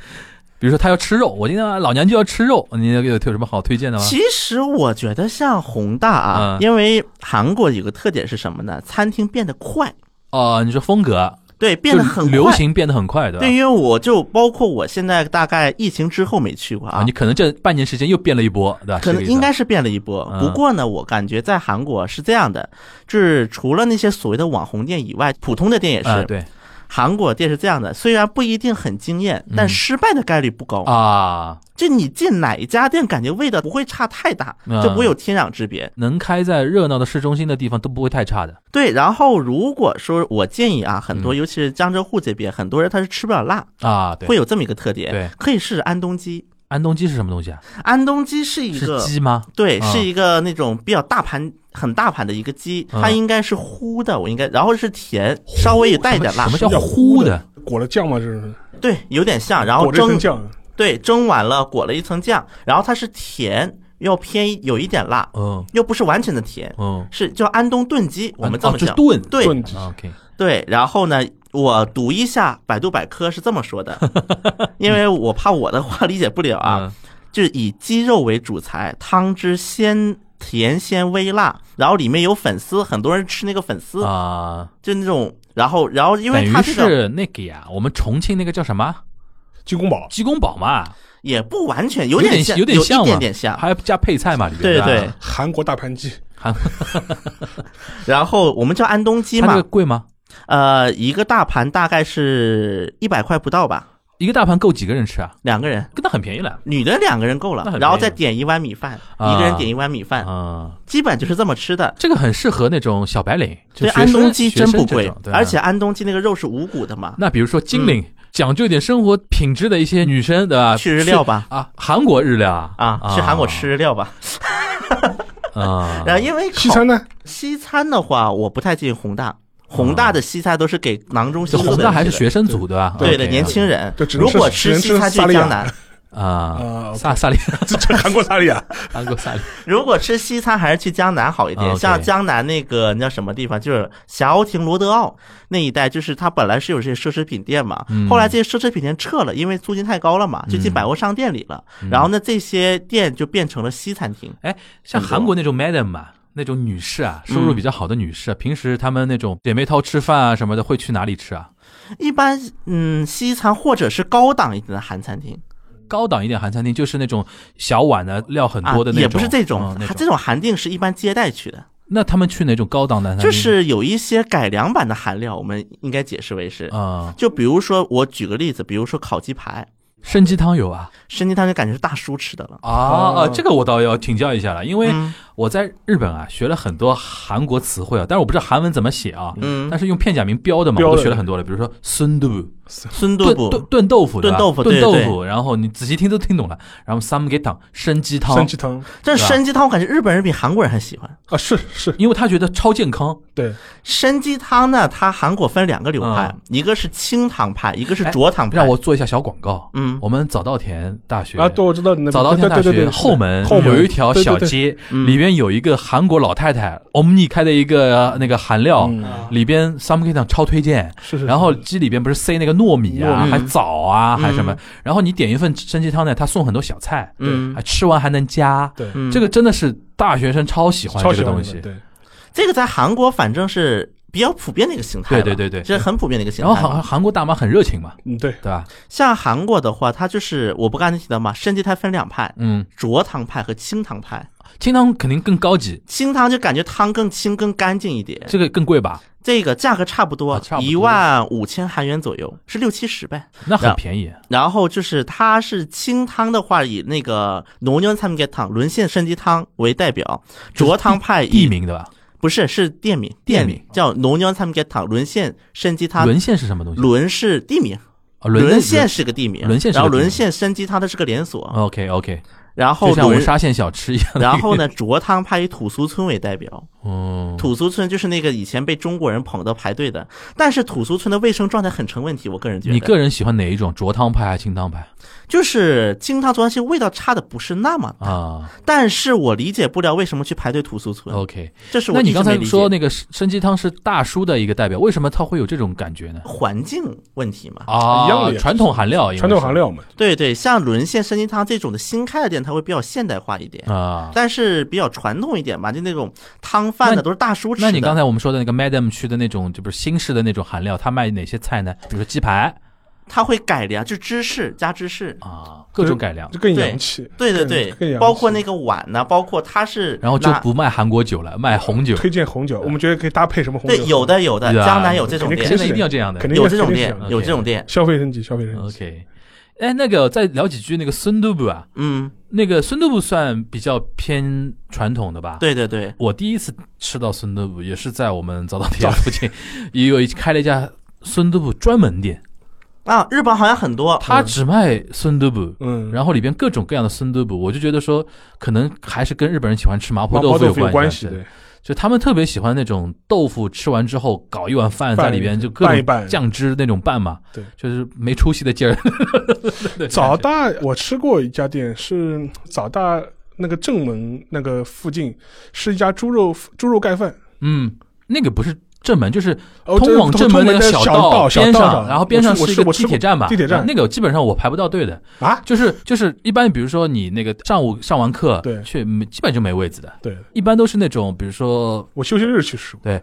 C: 比如说她要吃肉，我今天老娘就要吃肉，你有有什么好推荐的吗？
D: 其实我觉得像宏大啊，
C: 嗯
D: 因为韩国有个特点是什么呢？餐厅变得快，
C: 哦、你说风格
D: 对，变得很
C: 就
D: 快
C: 流。行，变得很快，对吧？
D: 对，因为我就包括我现在大概疫情之后没去过
C: 啊，
D: 啊
C: 你，可能这半年时间又变了一波，对吧？是这
D: 可能
C: 个意思
D: 应该是变了一波。
C: 嗯
D: 不过呢，我感觉在韩国是这样的，就是除了那些所谓的网红店以外，普通的店也
C: 啊、
D: 是。
C: 对
D: 韩国店是这样的，虽然不一定很惊艳，但失败的概率不高。
C: 嗯啊，
D: 就你进哪一家店，感觉味道不会差太大，
C: 嗯
D: 就不会有天壤之别。
C: 能开在热闹的市中心的地方都不会太差的。
D: 对，然后如果说我建议啊，很多尤其是江浙沪这边，很多人他是吃不了辣，
C: 啊，嗯对，
D: 会有这么一个特点。
C: 对，
D: 可以试试安东鸡。
C: 安东鸡是什么东西啊？
D: 安东鸡是一
C: 是
D: 个
C: 鸡吗？
D: 对，
C: 啊
D: 是一个那种比较大盘、很大盘的一个鸡，
C: 嗯
D: 它应该是糊的，我应该，然后是甜，稍微有带一点辣
C: 什，么
B: 叫
C: 叫
B: 糊
C: 糊
B: 的
C: 的？
B: 裹了酱嘛，这是
D: 对，有点像，然后
B: 裹着一层
D: 蒸，
B: 酱，
D: 对，蒸完了裹了一层酱，然后它是甜，又偏有一点辣，
C: 嗯
D: 又不是完全的甜，
C: 嗯，
D: 是叫安东炖鸡，我们这
C: 哦
D: 么
C: 就
D: 讲，
C: 炖
D: 对
B: 炖鸡
C: 啊 OK，
D: 对，然后呢，我读一下百度百科是这么说 的，因为我怕我的话理解不了啊，
C: 嗯，
D: 就是以鸡肉为主材，汤汁鲜甜鲜微辣，然后里面有粉丝，很多人吃那个粉丝，
C: 啊，
D: 就那种，然后然后因
C: 等
D: 为
C: 于
D: 它这个
C: 是那个呀，我们重庆那个叫什么
B: 鸡公煲，
C: 鸡公煲嘛，
D: 也不完全，有
C: 有点
D: 像，
C: 有
D: 有
C: 点像
D: 一点
C: 嘛
D: 点像。
C: 还要加配菜嘛里面。
D: 对
C: 吧
D: 对，，
B: 韩国大盘鸡，
D: 然后我们叫安东鸡
C: 它这
D: 嘛
C: 个，贵吗？
D: 呃，一个大盘大概是一百块不到吧，
C: 一个大盘够几个人吃啊？
D: 两个人，
C: 那很便宜了。
D: 女的两个人够
C: 那
D: 了，
C: 很
D: 然后
C: 便宜
D: 再
C: 了
D: 点一碗米饭，
C: 啊
D: 一个人点一碗米饭，
C: 啊，
D: 基本就是这么吃的。
C: 这个很适合那种小白领，就
D: 对，
C: 学
D: 安
C: 生
D: 东鸡真不
C: 学生
D: 贵，而。
C: 这种对吧啊
D: 且安东鸡那个肉是无骨的嘛，
C: 那比如说金陵，讲究一点生活品质的一些女生，对吧？
D: 去日料吧
C: 去啊，韩国日料啊，
D: 啊，去韩国吃日料吧。
C: 啊，
D: 然后因为烤
B: 西餐呢？
D: 西餐的话，我不太建议宏大，宏大的西餐都是给囊中
C: 就
D: 羞涩的
C: 宏大还是
D: 人吃的
C: 学生组啊对吧？
D: 对
C: OK，
D: 的年轻人
B: 对只，能
D: 如果
B: 吃只能吃
D: 西餐去
B: 萨莉亚
D: 江南，
C: 啊
B: 啊，，OK
C: 萨萨利
B: 这这韩国哪里啊？
C: 韩国萨利
D: 如果吃西餐还是去江南好一
C: 啊
D: 点。
C: ，OK
D: 像江南那个那叫什么地方，就是霞亭罗德奥那一带，就是它本来是有这些奢侈品店嘛
C: 嗯，
D: 后来这些奢侈品店撤了，因为租金太高了嘛，就进百货商店里了。
C: 嗯
D: 然后呢，这些店就变成了西餐厅。
C: 哎，像
D: 很多
C: 韩国那种 madam 嘛，那种女士啊，收入比较好的女士
D: 嗯
C: 啊，平时她们那种姐妹淘吃饭啊什么的，会去哪里吃啊？
D: 一般，嗯，西餐或者是高档一点的韩餐厅
C: 高档一点韩餐厅就是那种小碗的料很多的那
D: 啊，
C: 种，
D: 也不是这种
C: 嗯，那
D: 它这种韩定是一般接待去的，
C: 那他们去哪种高档的餐厅？
D: 就是有一些改良版的韩料，我们应该解释为是。
C: 啊，
D: 就比如说，我举个例子，比如说烤鸡排，
C: 参鸡汤有啊。
D: 参鸡汤就感觉是大叔吃的了。
C: 啊
B: 哦
C: 啊，这个我倒要请教一下了，因为
D: 嗯
C: 我在日本啊学了很多韩国词汇啊，但是我不知道韩文怎么写啊，
D: 嗯
C: 但是用片假名标的嘛，
B: 标的
C: 我都学了很多了，比如说孙豆腐
D: 孙豆
C: 炖
D: 腐
C: 炖炖豆腐，对吧
D: 炖豆腐
C: 炖
D: 对
C: 豆
D: 对
C: 腐，然后你仔细听都听懂了，然后 some g e t a n 参鸡汤
B: 参鸡，汤
D: 这
C: 是吧
D: 参鸡汤我感觉日本人比韩国人还喜欢。
B: 啊，是是，
C: 因为他觉得超健康，
B: 对，
D: 参鸡汤呢，它韩国分两个流派
C: 嗯，
D: 一个是清汤派，一个是
C: 哎
D: 浊汤派。
C: 让我哦做一下小广告，
D: 嗯
C: 我们早稻田大学
B: 嗯啊，对，我知道你那
C: 早稻田大
B: 对对对
C: 学
B: 对
C: 后门
B: 后门
C: 有一条小，
B: 对对对
C: 街，
D: 嗯
C: 里边有一个韩国老太太 Omni 开的一个呃那个韩料
B: 嗯，
C: 里边 Some k i t a n 超推荐。
B: 是是，
C: 然后鸡里边不是塞那个糯米啊，
D: 糯米
C: 还枣啊，
D: 嗯
C: 还什么？然后你点一份参鸡汤呢，他送很多小菜，
D: 嗯
C: 还吃完还能加。
B: 对，
D: 嗯
C: 这个真的是大学生超喜欢
B: 超
C: 这
B: 喜
C: 个
B: 欢
C: 东
B: 的
C: 西。
B: 对，
D: 这个在韩国反正是比较普遍的一个形态吧，
C: 对对对对哦
D: 这是很普遍的一个形
C: 然后
D: 态嘛。
C: 韩韩国大妈很热情嘛，
B: 嗯对，
C: 对吧？
D: 像韩国的话，它就是我不刚才提到嘛，参鸡汤分两派，
C: 嗯，
D: 浊汤派和清汤派。
C: 清汤肯定更高级，
D: 清汤就感觉汤更清更干净一点，
C: 这个更贵吧？
D: 这个价格差不多
C: 啊差不多
D: 一万五千韩元左右，是六七十呗。
C: 那很
D: 那
C: 便宜。
D: 然后就是它是清汤的话，以那个浓牛参鸡汤、沦陷参鸡汤为代表；浊汤派以
C: 地名对吧？
D: 不是是店名，
C: 店
D: 店
C: 名
D: 叫浓牛参鸡汤、沦陷参鸡汤。
C: 沦陷是什么东西？
D: 沦是地名，
C: 啊伦敦
D: 沦陷是个地名，
C: 沦陷是个
D: 然后
C: 地名
D: 沦陷山鸡汤它是个连锁，
C: OK OK，
D: 然后
C: 就像我们
D: 沦，
C: 沙县小吃一样的。
D: 然后呢，浊汤它以土苏村为代表，
C: 嗯，
D: 土苏村就是那个以前被中国人捧到排队的，但是土苏村的卫生状态很成问题，我个人觉得，
C: 你个人喜欢哪一种？浊汤派还是清汤派
D: 就是清汤浊汤其实味道差的不是那么大，
C: 啊
D: 但是我理解不了为什么去排队土苏村，
C: ？OK，
D: 这是我
C: 哦那你
D: 一直
C: 刚才
D: 没理解
C: 说那个参鸡汤是大叔的一个代表，为什么他会有这种感觉呢？
D: 环境问题嘛。
C: 啊，
B: 一样的也是
C: 传统含料，因为
B: 传统含料嘛，
D: 对对，像沦陷参鸡汤这种的新开的店，它会比较现代化一点
C: 是。啊。
D: 但是比较传统一点吧，就那种汤饭
C: 那
D: 的都是大叔吃的。
C: 那你刚才我们说的那个 Madam 区的那种，就不是新式的那种含料，他卖哪些菜呢？比如说鸡排
D: 他会改良，就芝士加芝士，
C: 啊，各种改良，
B: 就更
D: 对
B: 洋气。
D: 对对
B: 更更
D: 对，
B: 洋
D: 包括
B: 气
D: 那个碗呢，包括它是
C: 然后就
D: 拿
C: 不卖韩国酒了，卖红酒。
B: 推荐红酒，我们觉得可以搭配什么红
D: 对
B: 酒？
D: 有的有的，
C: 对啊
D: 江南有这种
B: 肯定
C: 现
D: 店
B: 是，
C: 在一定要这样的
B: 肯。定
D: 有这种
B: 肯定是
D: 店
B: 有，的
D: 有这种店，
B: 消费升级，消费升级。
C: OK，哎，那个再聊几句那个孙都布啊，
D: 嗯，
C: 那个孙都布算比较偏传统的吧？。
D: 对对对，
C: 我第一次吃到孙都布也是在我们早稻田附近， 也有一开了一家孙都布专门店，
D: 啊，日本好像很多，
C: 他只卖孙都布，
B: 嗯，
C: 然后里边各种各样的孙都布，我就觉得说，可能还是跟日本人喜欢吃麻婆
B: 麻
C: 豆
B: 婆
C: 腐
B: 豆腐有
C: 关
B: 关系，
C: 对
B: 对，
C: 就他们特别喜欢那种豆腐吃完之后搞一碗饭
B: 拌
C: 在里边，就各
B: 拌一
C: 种
B: 拌
C: 酱汁那种拌嘛，
B: 对，
C: 就是没出息的劲儿。 对
B: 早大我吃过一家店，是早大那个正门那个附近，是一家猪肉猪肉盖饭。
C: 嗯，那个不是正门，就是
B: 哦，
C: 通往正门
B: 门
C: 那个
B: 小
C: 道
B: 小
C: 边上，
B: 上，
C: 然后边上
B: 我
C: 是一
B: 吃
C: 个
B: 我
C: 地
B: 吃
C: 铁站吧，
B: 地铁站
C: 那个基本上我排不到队的，
B: 啊，
C: 就是就是一般，比如说你那个上午上完课，
B: 对
C: 去没基本就没位子的，
B: 对
C: 一般都是那种比如说
B: 我休息日去吃过。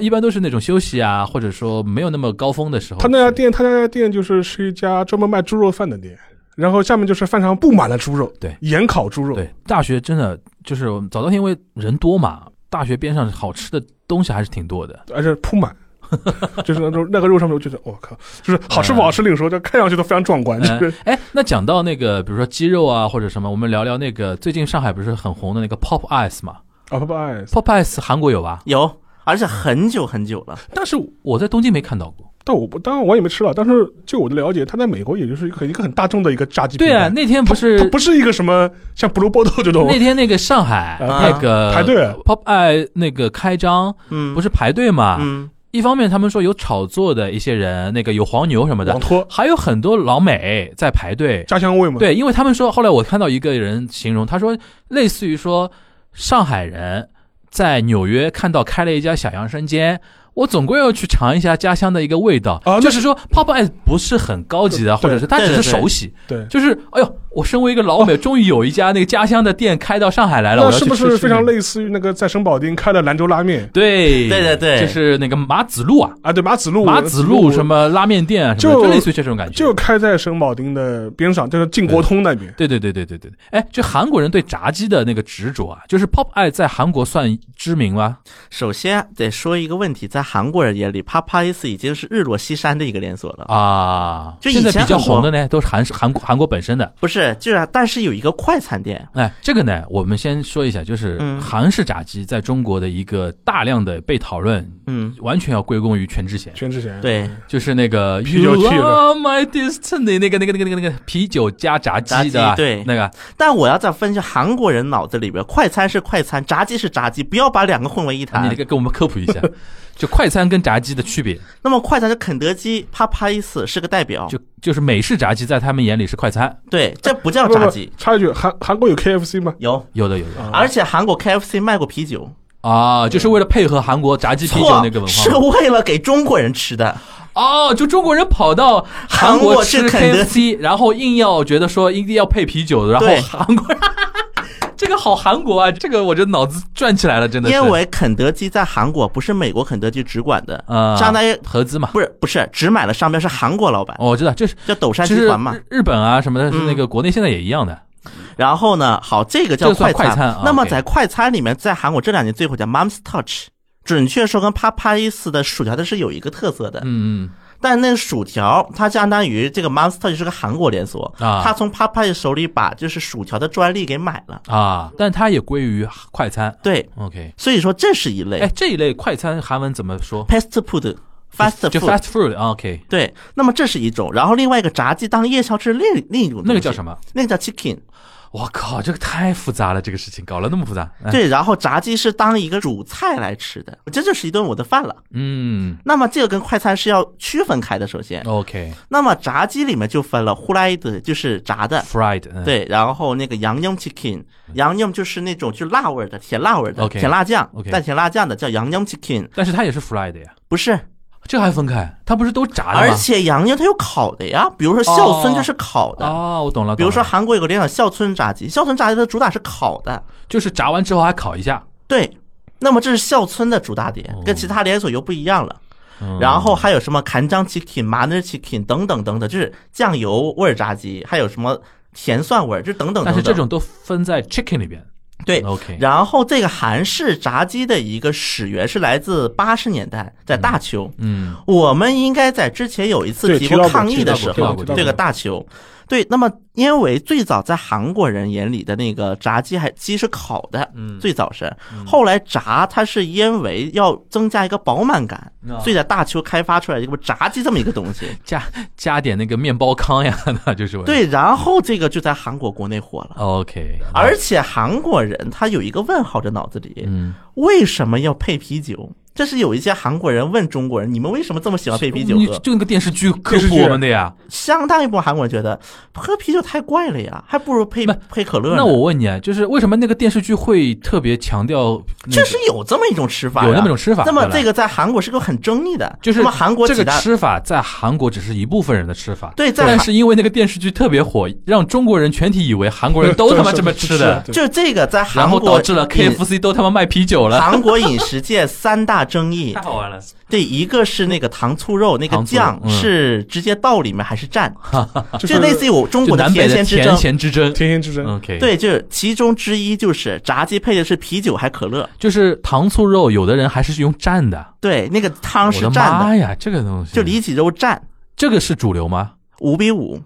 C: 一般都是那种休息啊，或者说没有那么高峰的时候去。
B: 他那家店，他那家店就是是一家专门卖猪肉饭的店，然后下面就是饭上布满了猪肉，
C: 对
B: 盐烤猪肉，
C: 对大学真的就是早稻田，因为人多嘛，大学边上好吃的东西还是挺多的。
B: 而且铺 满。就是那种那个肉上面，我觉得我、靠，就是好吃不好吃另说，就看上去都非常壮 观，就
C: 嗯
B: 是
C: 哎，那讲到那个，比如说鸡肉啊，或者什么，我们聊聊那个最近上海不是很红的那个 Pop Ice 嘛
B: 啊不不爱。
C: ？Pop Ice 韩国有吧？
D: 有，而且很久很久了，
C: 但是我在东京没看到过。
B: 但我不，当然我也没吃了，但是就我的了解，它在美国也就是一个一个很大众的一个炸鸡品
C: 对
B: 牌，
C: 啊，那天不
B: 它
C: 是
B: 它不是一个什么像 Blue Bottle 这种
C: 那天那个上海
B: 啊
C: 那个
B: 排队
C: 呃 Pop I 那个开张
D: 嗯，
C: 不
D: 是，
C: 是排队嘛？
D: 嗯，
C: 一方面他们说有炒作的一些人，那个有黄牛什么
B: 网
C: 的，
B: 托
C: 还有很多老美在排队。
B: 家乡味嘛，
C: 对，因为他们说，后来我看到一个人形容，他说类似于说上海人在纽约看到开了一家小洋生煎。我总归要去尝一下家乡的一个味道，
B: 啊那
C: 就是说 Pop Ice 不是很高级的，
B: 对
C: 或者是它
D: 对
C: 只是
D: 对对
C: 手洗，
B: 对，
C: 就是，哎呦，我身为一个老美，终于有一家那个家乡的店开到上海来了，我
B: 那
C: 要
B: 哦是
C: 去
B: 不
C: 吃
B: 是非常
C: 吃？
B: 类似于那个在省保町开的兰州拉面
C: 对，
D: 对对对
C: 就是那个马子路啊，
B: 啊？对，马子路
C: 马子路什么拉面店啊，什么
B: 就
C: 的就类似于这种感觉。
B: 就开在省保町的边上，就是进国通那边。
C: 对对对对对对，哎，就韩国人对炸鸡的那个执着啊，就是 Pop Eye 在韩国算知名吗？
D: 首先得说一个问题，在韩国人眼里，Popeyes 已经是日落西山的一个连锁了。
C: 啊，
D: 就以
C: 现
D: 前
C: 在比较
D: 很多
C: 红的呢，都是韩韩国韩国本身的。
D: 不是，就是，但是有一个快餐店，
C: 哎，这个呢，我们先说一下，就是
D: 嗯
C: 韩式炸鸡在中国的一个大量的被讨论，
D: 嗯，
C: 完全要归功于全智贤。
B: 全智贤，
D: 对，
C: 就是那个
B: 啤酒
C: You
B: 气的
C: are my destiny 那个那个那个那个那个啤酒加炸
D: 炸
C: 鸡
D: 鸡
C: 的啊，
D: 对
C: 那个
D: 但我要再分析韩国人脑子里边，快餐是快餐，炸鸡是炸鸡，不要把两个混为
C: 啊
D: 一
C: 你
D: 谈
C: 得。给给我们科普一 下，就快餐跟炸鸡的区别，
D: 那么快餐就肯德基、帕帕伊斯是个代表，
C: 就呃就是美式炸鸡在他们眼里是快餐，
D: 对，这不叫
B: 啊不不
D: 炸
B: 不
D: 鸡，
B: 插一句，韩韩国有 KFC 吗？
D: 有，
C: 有的有的
D: 而且韩国 KFC 卖过啤酒，
C: 啊，就是为了配合韩国炸鸡啤酒
D: 错
C: 那个文，
D: 是
C: 化吗
D: 为了给中国人吃的，
C: 哦，就中国人跑到韩
D: 韩
C: 国
D: 国是
C: 吃
D: 肯德
C: KFC，然后硬要觉得说一定要配啤酒，然后
D: 对
C: 韩国。 这个好韩国啊！这个我这脑子转起来了，真的是。
D: 因为肯德基在韩国不是美国肯德基直管的，
C: 啊，
D: 相当于
C: 合资嘛。
D: 不是不是只买了商标是韩国老板，
C: 哦，我知道，这是
D: 叫斗山
C: 其
D: 集
C: 实
D: 团嘛。嗯
C: 日日本啊什么的，是那个国内现在也一样的。
D: 然后呢，好，这个
C: 这
D: 叫
C: 算
D: 快
C: 快餐啊
D: 那么
C: OK
D: 在快餐里面，在韩国这两年最火叫 Mom's Touch。准确说，跟 Popeyes 的薯条它是有一个特色的，
C: 嗯
D: 但那个薯条它相当于这个 Monster 就是个韩国连锁，
C: 啊
D: 它从 Popeye 手里把就是薯条的专利给买了，
C: 嗯啊，但它也归于快餐。
D: 对，
C: OK，
D: 所以说这是一类
C: 哎哎，这一类快餐韩文怎么说
D: ，Fast Food fast
C: 就
D: food。
C: fast food 啊，OK，
D: 对，那么这是一种，然后另外一个炸鸡当夜宵是另另一种，
C: 那个叫什？么？
D: 那个叫 chicken。
C: 我靠，这个太复杂了，这个事情搞了那么复杂。哎，
D: 对，然后炸鸡是当一个主菜来吃的，这就是一顿我的饭了。
C: 嗯
D: 那么这个跟快餐是要区分开的。首先，
C: 哦，OK，fried，
D: 那么炸鸡里面就分了呼啦伊的，就是炸的，
C: 嗯，
D: 啊对，然后那个洋葱 chicken，洋葱就是那种就辣味儿的，甜辣味儿的，
C: OK
D: 甜辣酱
C: OK
D: 带甜辣酱的叫洋葱 chicken，
C: 但是它也是 fried 的呀，
D: 不是，
C: 这还分开？它不是都炸的吗？
D: 而且洋葱它有烤的呀，比如说孝村就是烤的。
C: 哦，我懂了，
D: 比如
C: 懂
D: 说，
C: 了
D: 韩国有个电影叫《孝村炸鸡》，孝村炸鸡的主打是烤的，
C: 就是炸完之后还烤一下，
D: 对。那么这是孝村的主打点
C: 哦，
D: 跟其他连锁又不一样了。
C: 嗯
D: 然后还有什么간장 chicken、麻辣 chicken 等等等等，就是酱油味儿炸鸡，还有什么甜蒜味儿，就等等等
C: 但
D: 等。
C: 是这种都分在 chicken 里边。
D: 对
C: OK
D: 然后这个韩式炸鸡的一个始源是来自八十年代，在大邱。
C: 嗯，
D: 我们应该在之前有一次
B: 对
D: 提
B: 提
D: 过
B: 到过
D: 抗议的时
C: 提到
D: 候
C: 过，提到过
D: 这个大邱。对，那么因为最早在韩国人眼里的那个炸鸡还鸡是烤的，
C: 嗯
D: 最早是，后来炸它是因为要增加一个饱满感，
C: 啊
D: 所以在大邱开发出来一个炸鸡这么一个东 西。
C: 加加点那个面包糠呀，那就是我。
D: 对，然后这个就在韩国国内火了。
C: ，OK，
D: 而且韩国人他有一个问号在脑子里，
C: 啊嗯，
D: 为什么要配啤酒？这是有一些韩国人问中国人，你们为什么这么喜欢配啤酒
C: 你
D: 喝？
C: 就那个电视剧科普我们的呀。
D: 相当一部分韩国人觉得喝啤酒太怪了呀，还不如配
C: 不
D: 配可乐呢。
C: 那我问你，啊，就是为什么那个电视剧会特别强调那个？
D: 确实有这么一种吃法呀，
C: 有那么一种吃法
D: 那么
C: 对吧
D: 这个在韩国是个很争议的，
C: 就是
D: 那么韩国
C: 这
D: 几
C: 个
D: 大
C: 吃法在韩国只是一部分人的吃法，
D: 对在
C: 但
D: 韩
C: 是因为那个电视剧特别火，让中国人全体以为韩国人都他妈这么吃的，
B: 对
D: 就是这个在韩
C: 然后
D: 国
C: 导致了
D: 饮
C: KFC 都他妈卖啤酒了，
D: 韩国饮食界三大争议
C: 太，好玩了。
D: 对，一个是那个糖醋肉，那个
C: 糖醋肉
D: 酱
C: 嗯
D: 是直接倒里面还是蘸，
B: 就
D: 就类似于我中
C: 就
D: 国
C: 南北
D: 甜
C: 的
D: 咸之
C: 甜
D: 争。
C: 咸之争。
B: 天仙之争，
C: OK，，
D: 对，就是其中之一就是炸鸡配的是啤酒还可乐，
C: 就是糖醋肉，有的人还是用蘸的。
D: 对，那个汤
C: 我
D: 是
C: 的
D: 蘸的，
C: 妈呀，这个东西
D: 就里脊肉蘸
C: 这个是主流吗？
D: 五比五，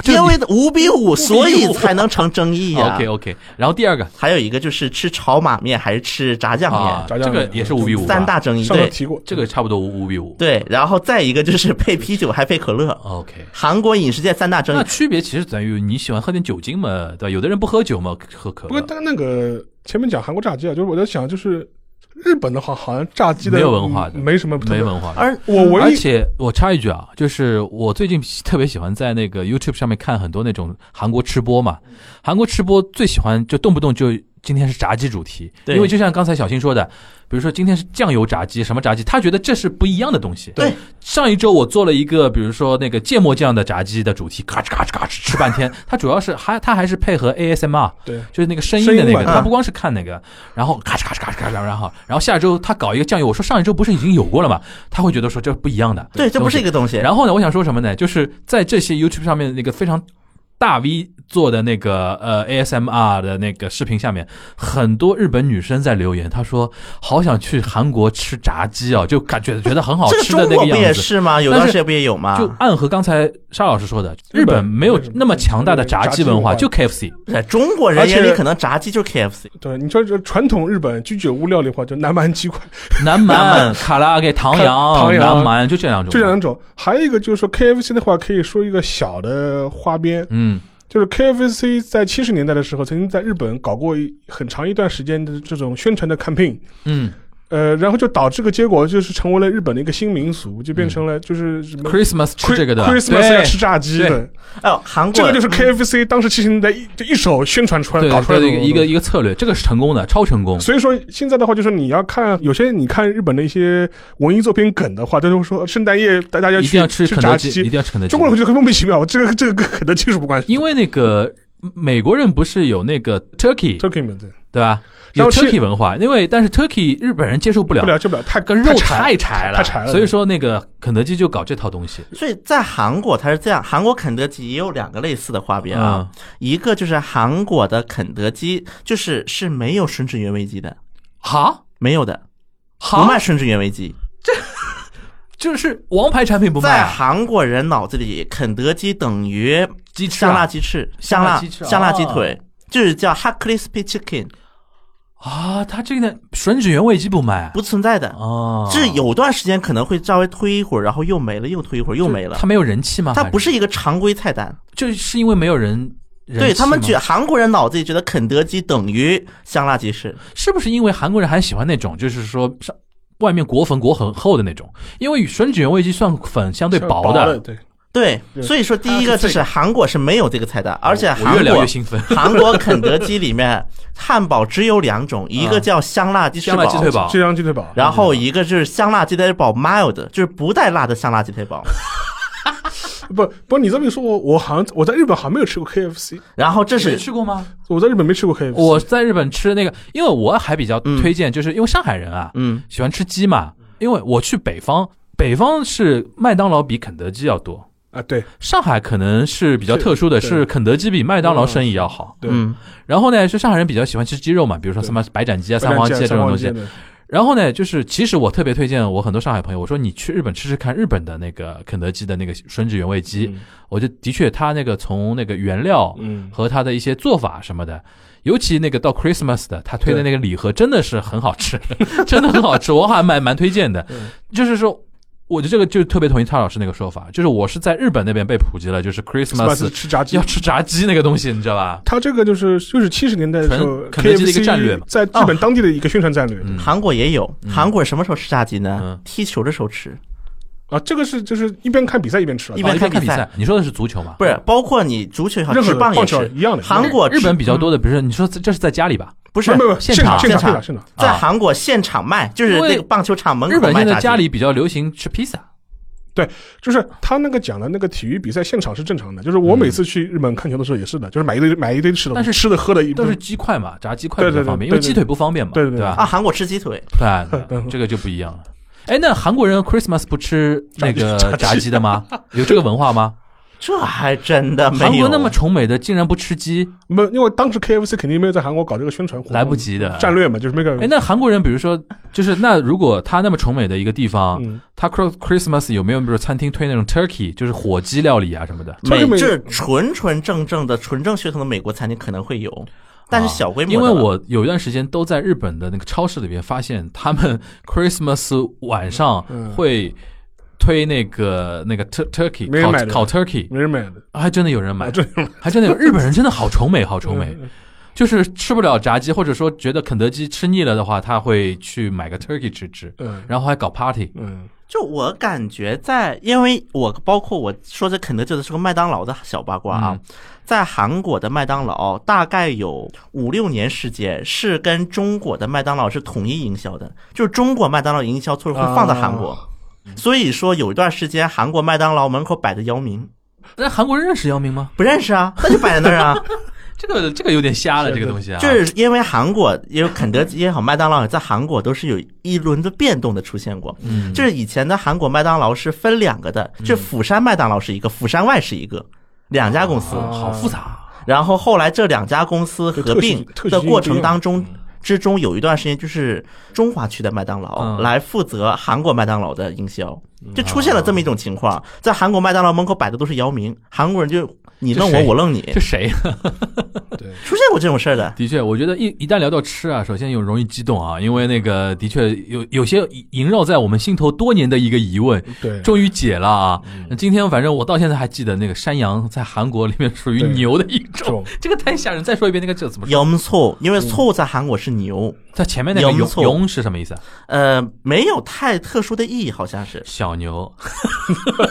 C: 这
D: 因为五比五，所以
C: 5
D: 才能成争议呀
C: o。k OK，然后第二个
D: 还有一个就是吃炒马面还是吃炸酱
C: 啊，
D: 面，
B: 炸
C: 这
B: 酱
C: 个
B: 面
C: 也是五比五，
D: 三大争议。
B: 上次
D: 对
B: 提过嗯
C: 这个差不多五五比五。
D: 对，然后再一个就是配啤酒还配可乐，
C: OK，
D: 韩国饮食界三大争
C: 那
D: 议。
C: 区别其实在于你喜欢喝点酒精嘛，对吧？有的人不喝酒嘛，喝可
B: 不过
C: 乐。
B: 但那个前面讲韩国炸鸡啊，就是我在想，就是日本的话，好像炸鸡的
C: 没有文化的
B: 嗯没什么特别
C: 没。文化的。
D: 而
B: 我唯
C: 而
B: 一
C: 且我插一句啊，就是我最近特别喜欢在那个 YouTube 上面看很多那种韩国吃播嘛，韩国吃播最喜欢就动不动就今天是炸鸡主题，
D: 对
C: 因为就像刚才小新说的，比如说今天是酱油炸鸡，什么炸鸡，他觉得这是不一样的东西。
D: 对，
C: 上一周我做了一个，比如说那个芥末酱的炸鸡的主题，咔哧咔哧咔哧吃半天，它主要是还它还是配合 ASMR。
B: 对
C: 就是那个声音的那
B: 声
C: 个，
B: 音
D: 嘛
C: 他不光是看那个，然后咔哧咔哧咔哧咔哧，然后然后下周他搞一个酱油，我说上一周不是已经有过了吗？他会觉得说这不一样的，
D: 对，这不是一个东西。
C: 然后呢，我想说什么呢？就是在这些 YouTube 上面那个非常大 V 做的那个呃 ASMR 的那个视频下面，很多日本女生在留言，她说好想去韩国吃炸鸡啊，就感觉觉得很好
D: 这个
C: 吃的
D: 中
C: 那
D: 国
C: 个
D: 不也
C: 样子。
D: 是吗？有
C: 但
D: 段
C: 是
D: 时间不也有吗？
C: 就暗合刚才沙老师说的，
B: 日
C: 日
B: 本
C: 本没有
B: 没什么
C: 那么强大的炸鸡文化，
B: 炸鸡
C: 就 KFC。
D: 在哎中国人眼
B: 而
D: 里，
B: 且
D: 可能炸鸡就是 KFC。
B: 对你说这传统日本居酒屋料理的话，就南蛮鸡块，
C: 南
D: 南
C: 蛮、
D: 蛮
C: 卡拉 OK、唐
B: 唐
C: 阳、
B: 扬
C: 南蛮，就这两种。
B: 就这两种。还有一个就是说 KFC 的话，可以说一个小的花边，
C: 嗯，
B: 就是 KFC 在七十年代的时候，曾经在日本搞过一很长一段时间的这种宣传的 campaign。
C: 嗯
B: 呃，然后就导致个结果就是成为了日本的一个新民俗，就变成了就是什么
C: ，Christmas 嗯吃这个的
B: Christmas 要吃炸鸡的
C: 对，
D: 哎呦，韩国
B: 这个就是 KFC 当时七十年代一就一手宣传出来
C: 对
B: 搞出来
C: 对
B: 的
C: 对，一个
B: 东
C: 一个
B: 西。
C: 一个策略，这个是成功的，超成功。
B: 所以说现在的话，就是你要看有些你看日本的一些文艺作品梗的话，他就会说圣诞夜大家要
C: 一定要
B: 吃
C: 吃肯
B: 炸
C: 德基，一
B: 鸡
C: 定，要吃肯德基。
B: 中国人会觉得莫名其妙，这个这个跟肯德基是不关系的。
C: 因为那个美国人不是有那个 turkey
B: Turkey 们对
C: 对吧？
B: 然后其
C: 有 turkey 文化，因为但是 turkey 日本人接受不了
B: 不，了解不了，太
C: 跟肉
B: 柴
C: 太柴了，
B: 太柴了
C: 所以说那个肯德基就搞这套东西。
D: 所以在韩国它是这样，韩国肯德基也有两个类似的花边啊，一个就是韩国的肯德基就是是没有吮指原味鸡的，
C: 哈
D: 没有的，不
C: 哈，
D: 卖吮指原味鸡。
C: 就是王牌产品不卖
D: 在
C: 啊，
D: 韩国人脑子里，肯德基等于
C: 鸡翅啊
D: 香辣鸡翅、
C: 香
D: 香
C: 辣
D: 辣
C: 鸡翅啊
D: 香辣鸡腿，就是叫 hot crispy chicken。
C: 啊，他这个吮指原味鸡不卖啊
D: 不存在的。
C: 哦，
D: 这有段时间可能会稍微推一会儿，然后又没了，又推一会儿，又没了
C: 他。没有人气吗？
D: 它
C: 反
D: 不
C: 正
D: 是一个常规菜单，
C: 就是因为没有人。人
D: 对
C: 气
D: 他们
C: 吗
D: 觉韩国人脑子里觉得肯德基等于香辣鸡翅，
C: 是不是因为韩国人还喜欢那种，就是说上外面裹粉裹很厚的那种？因为吮指原味鸡算粉相对薄
B: 的，
C: 的。
B: 对，
D: 对，
B: 对
D: 所以说第一
B: 它
D: 个
B: 是这
D: 就
B: 个
D: 是韩国是没有这个菜单，而且
C: 我哦越
D: 韩
C: 聊
D: 国
C: 越兴奋。
D: 韩国肯德基里面汉堡只有两种，一个叫香辣鸡翅
C: 啊香辣鸡腿
D: 堡，
C: 堡嗯
B: 浙江鸡腿堡，
D: 然后一个就是香辣鸡腿堡 mild，就是不带辣的香辣鸡腿堡。
B: 不不，你这么一说，我我好像我在日本好像没有吃过 KFC，
D: 然后这
C: 你没
D: 是
C: 去过吗？
B: 我在日本没吃过 KFC，
C: 我在日本吃的那个，因为我还比较推荐，就是因为上海人啊，
D: 嗯，
C: 喜欢吃鸡嘛。因为我去北方，北方是麦当劳比肯德基要多，
B: 啊对
C: 上海可能是比较特殊的，
B: 是
C: 是肯德基比麦当劳生意要好。
B: 对，
D: 嗯，
C: 然后呢，是上海人比较喜欢吃鸡肉嘛，比如说什么白斩鸡啊、三黄鸡啊这
B: 三
C: 种
B: 黄
C: 东
B: 鸡
C: 西。
B: 的
C: 然后呢，就是其实我特别推荐我很多上海朋友，我说你去日本吃吃看日本的那个肯德基的那个吮指原味鸡，
B: 嗯
C: 我就的确它那个从那个原料
B: 嗯，
C: 和它的一些做法什么的，尤其那个到 Christmas 的，他推的那个礼盒真的是很好吃， 真的很好吃，我还蛮蛮推 荐的
B: 对。
C: 就是说，我觉得这个就特别同意汤老师那个说法，就是我是在日本那边被普及了，就是
B: Smash
C: Christmas
B: 吃炸鸡
C: 要。吃炸鸡那个东西，你知道吧？
B: 它这个就是就是七十年代的时候
C: 纯肯德基的一个战略嘛啊
B: ，KFC 在日本当地的一个宣传战略
C: 嗯
D: 韩国也有，韩国人什么时候吃炸鸡
C: 嗯
D: 呢？踢球的时候吃，
B: 啊，这个是就是一边看比赛一边吃了，啊
D: 一
C: 哦
D: 边看
C: 看
D: 比
C: 比
D: 赛
C: 赛，你说的是足球吗？
D: 不是包括你足球也好，
B: 任何
D: 吃
B: 的
D: 棒也
B: 棒球
D: 吃。
B: 一样的，
D: 韩国
C: 日本比较
D: 吃
C: 多的，比如说你说这这是在家里吧？
D: 不是
B: 没有没有
C: 现
B: 现
C: 场
B: 现
C: 现
B: 场
C: 场
B: 现场现场，
D: 在
C: 啊
D: 韩国现场卖，就是
C: 因为
D: 那个棒球场门
C: 日
D: 口
C: 本
D: 卖
C: 现在
D: 炸
C: 家
D: 鸡。嗯
C: 里比较流行吃披萨，
B: 就是他那个讲的那个体育比赛现场是正常的，就是我每次去日本看球的时候也是的，就是买一堆买一堆吃的，
C: 嗯但是
B: 吃的喝的一
C: 都是鸡块嘛，炸鸡块
B: 对
C: 比较
B: 对对
C: 方
B: 对
C: 便，因为
B: 对
C: 鸡腿不方便嘛，
B: 对对对
C: 吧？
D: 啊，韩国吃鸡腿，
C: 对啊，对 啊这个就不一样了。哎，那韩国人 Christmas 不吃那个炸鸡的吗？有这个文化吗？
D: 这还真的 没有。
C: 韩国那么崇美的，竟然不吃鸡，
B: 没有，因为当时 KFC 肯定没有在韩国搞这个宣传活动，
C: 来不及的
B: 战略嘛，就是那个
C: 呃哎，那韩国人，比如说，就是那如果他那么哦崇美的一个地方，
B: 嗯，
C: 他 Cro- Christmas 有没有比如餐厅推那种 Turkey，就是火鸡料理啊什么的？
B: 超级
D: 美
B: 美
D: 就是纯纯正正的纯正血统的美国餐厅可能会有，但是小规模
C: 啊因
D: 的
C: 为
D: 了。
C: 我有一段时间都在日本的那个超市里面发现，他们 Christmas 晚上
B: 嗯
C: 会推那个那个 tur- turkey
B: 没人买的
C: 烤烤 turkey，
B: 没人买的，
C: 还真的有人买
B: 啊，，这
C: 还真的有日本人真的好崇美，好崇美
B: 嗯。
C: 就是吃不了炸鸡，或者说觉得肯德基吃腻了的话，他会去买个 turkey 吃吃，
B: 嗯
C: 然后还搞 party。
B: 嗯
D: 就我感觉在，因为我包括我说这肯德基的是个麦当劳的小八卦啊，
C: 嗯
D: 在韩国的麦当劳大概有五六年时间是跟中国的麦当劳是统一营销的，就是中国麦当劳营销措施会放在韩
C: 啊
D: 国，所以说有一段时间韩国麦当劳门口摆的姚明
C: 那韩国人认识姚明吗？
D: 不认识啊，那就摆在那儿啊。
C: 这个这个有点瞎了，
B: 是
C: 这个
B: 的
C: 东西啊。
D: 就是因为韩国，因为肯德基也好，麦当劳也好在韩国都是有一轮的变动的出现过。
C: 嗯
D: 就是以前的韩国麦当劳是分两个的，就釜山麦当劳是一个，釜山外是一个，两家公司。
C: 哦好复杂，
D: 然后后来这两家公司合并
B: 就特许
D: 的
B: 经营
D: 过程当
C: 嗯
D: 中。之中有一段时间，就是中华区的麦当劳
C: 嗯
D: 来负责韩国麦当劳的营销，就出现了这么一种情况，在韩国麦当劳门口摆的都是姚明，韩国人就你愣
C: 这
D: 我，
C: 谁
D: 我愣你，
C: 这谁？
D: 出现过这种事儿的。
C: 的确，我觉得一一旦聊到吃啊，首先有容易激动啊，因为那个的确有有些萦绕在我们心头多年的一个疑问，
B: 对，嗯
C: 终于解了啊。那今天反正我到现在还记得那个山羊在韩国里面属于
B: 对
C: 牛的一种
B: 种，
C: 这个太吓人。再说一遍，那个叫怎么说？
D: 姚明醋，因为醋在韩国是牛，
C: 它前面那个“
D: 洋葱
C: 勇”是什么意思啊？
D: 呃，没有太特殊的意义，好像是，
C: 小牛，
B: 嗯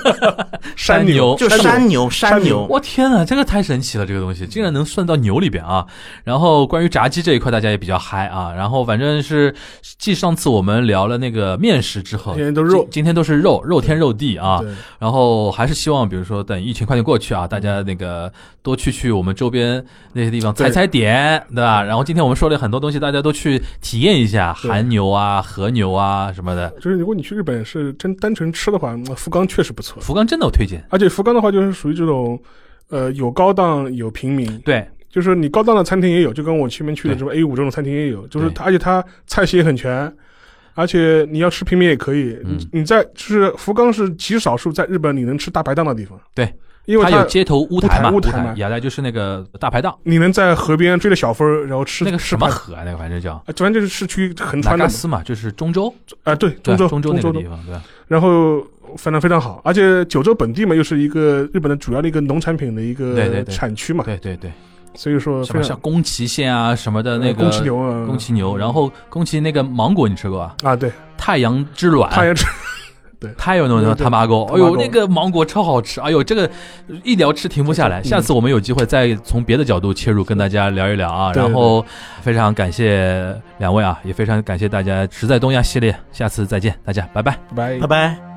B: 山
C: 牛
B: 牛
D: 就山牛，山牛，
C: 我天呐，这个太神奇了，这个东西竟然能算到牛里边啊！然后关于炸鸡这一块，大家也比较嗨啊。然后反正是继上次我们聊了那个面食之后，
B: 今天都肉
C: 今今天都是肉，肉天肉地啊。
B: 对
C: 然后还是希望，比如说等疫情快点过去
B: 嗯
C: 啊，大家那个多去去我们周边那些地方踩
B: 对
C: 踩点，对吧？然后今天我们说了很多东西，大家都去体验一下
B: 对
C: 韩牛啊、和牛啊什么的。
B: 就是如果你去日本是真单纯吃的话，嗯福冈确实不错，
C: 福冈真的我推荐，
B: 而且福冈的话就是属于这种。呃，有高档有平民，
C: 对，
B: 就是你高档的餐厅也有，就跟我前面去的什么 A 五这种餐厅也有，就是它，而且它菜系也很全，而且你要吃平民也可以。
C: 嗯
B: 你你在就是福冈是极少数在日本你能吃大排档的地方，因为
C: 它有街头乌台嘛，
B: 乌
C: 乌
B: 台乌台嘛
C: 亚来就是那个大排档，
B: 你能在河边追着小风儿，然后吃
C: 那个
B: 吃
C: 什么
B: 饭
C: 河啊，那个反正叫
B: 啊，反正就是市区横
C: 纳
B: 穿的
C: 嘎
B: 嘛
C: 斯嘛，就是中州，
B: 啊，对，中
C: 对
B: 州
C: 中
B: 中
C: 州那
B: 州
C: 个
B: 的
C: 地方，对吧，
B: 然后反正非常好，而且九州本地嘛，又是一个日本的主要的一个农产品的一
C: 对对
B: 个
C: 对
B: 产区嘛，
C: 对对对，
B: 所以说
C: 什么
B: 非
C: 像
B: 常
C: 宫崎县啊什么的那个
B: 宫崎牛啊，
C: 宫崎牛，然后宫崎那个芒果你吃过啊？
B: 啊，对，
C: 太阳之卵，
B: 他也吃，
C: 太有那种
B: 对
C: 他妈沟，哎呦，
B: tamago
C: 那个芒果超好吃，哎呦，这个一聊吃停不下来。
B: 嗯
C: 下次我们有机会再从别的角度切入，跟大家聊一聊啊。
B: 对
C: 然后非常感谢两位啊，也非常感谢大家，实在东亚系列，下次再见，大家拜拜。
B: 拜
D: 拜拜。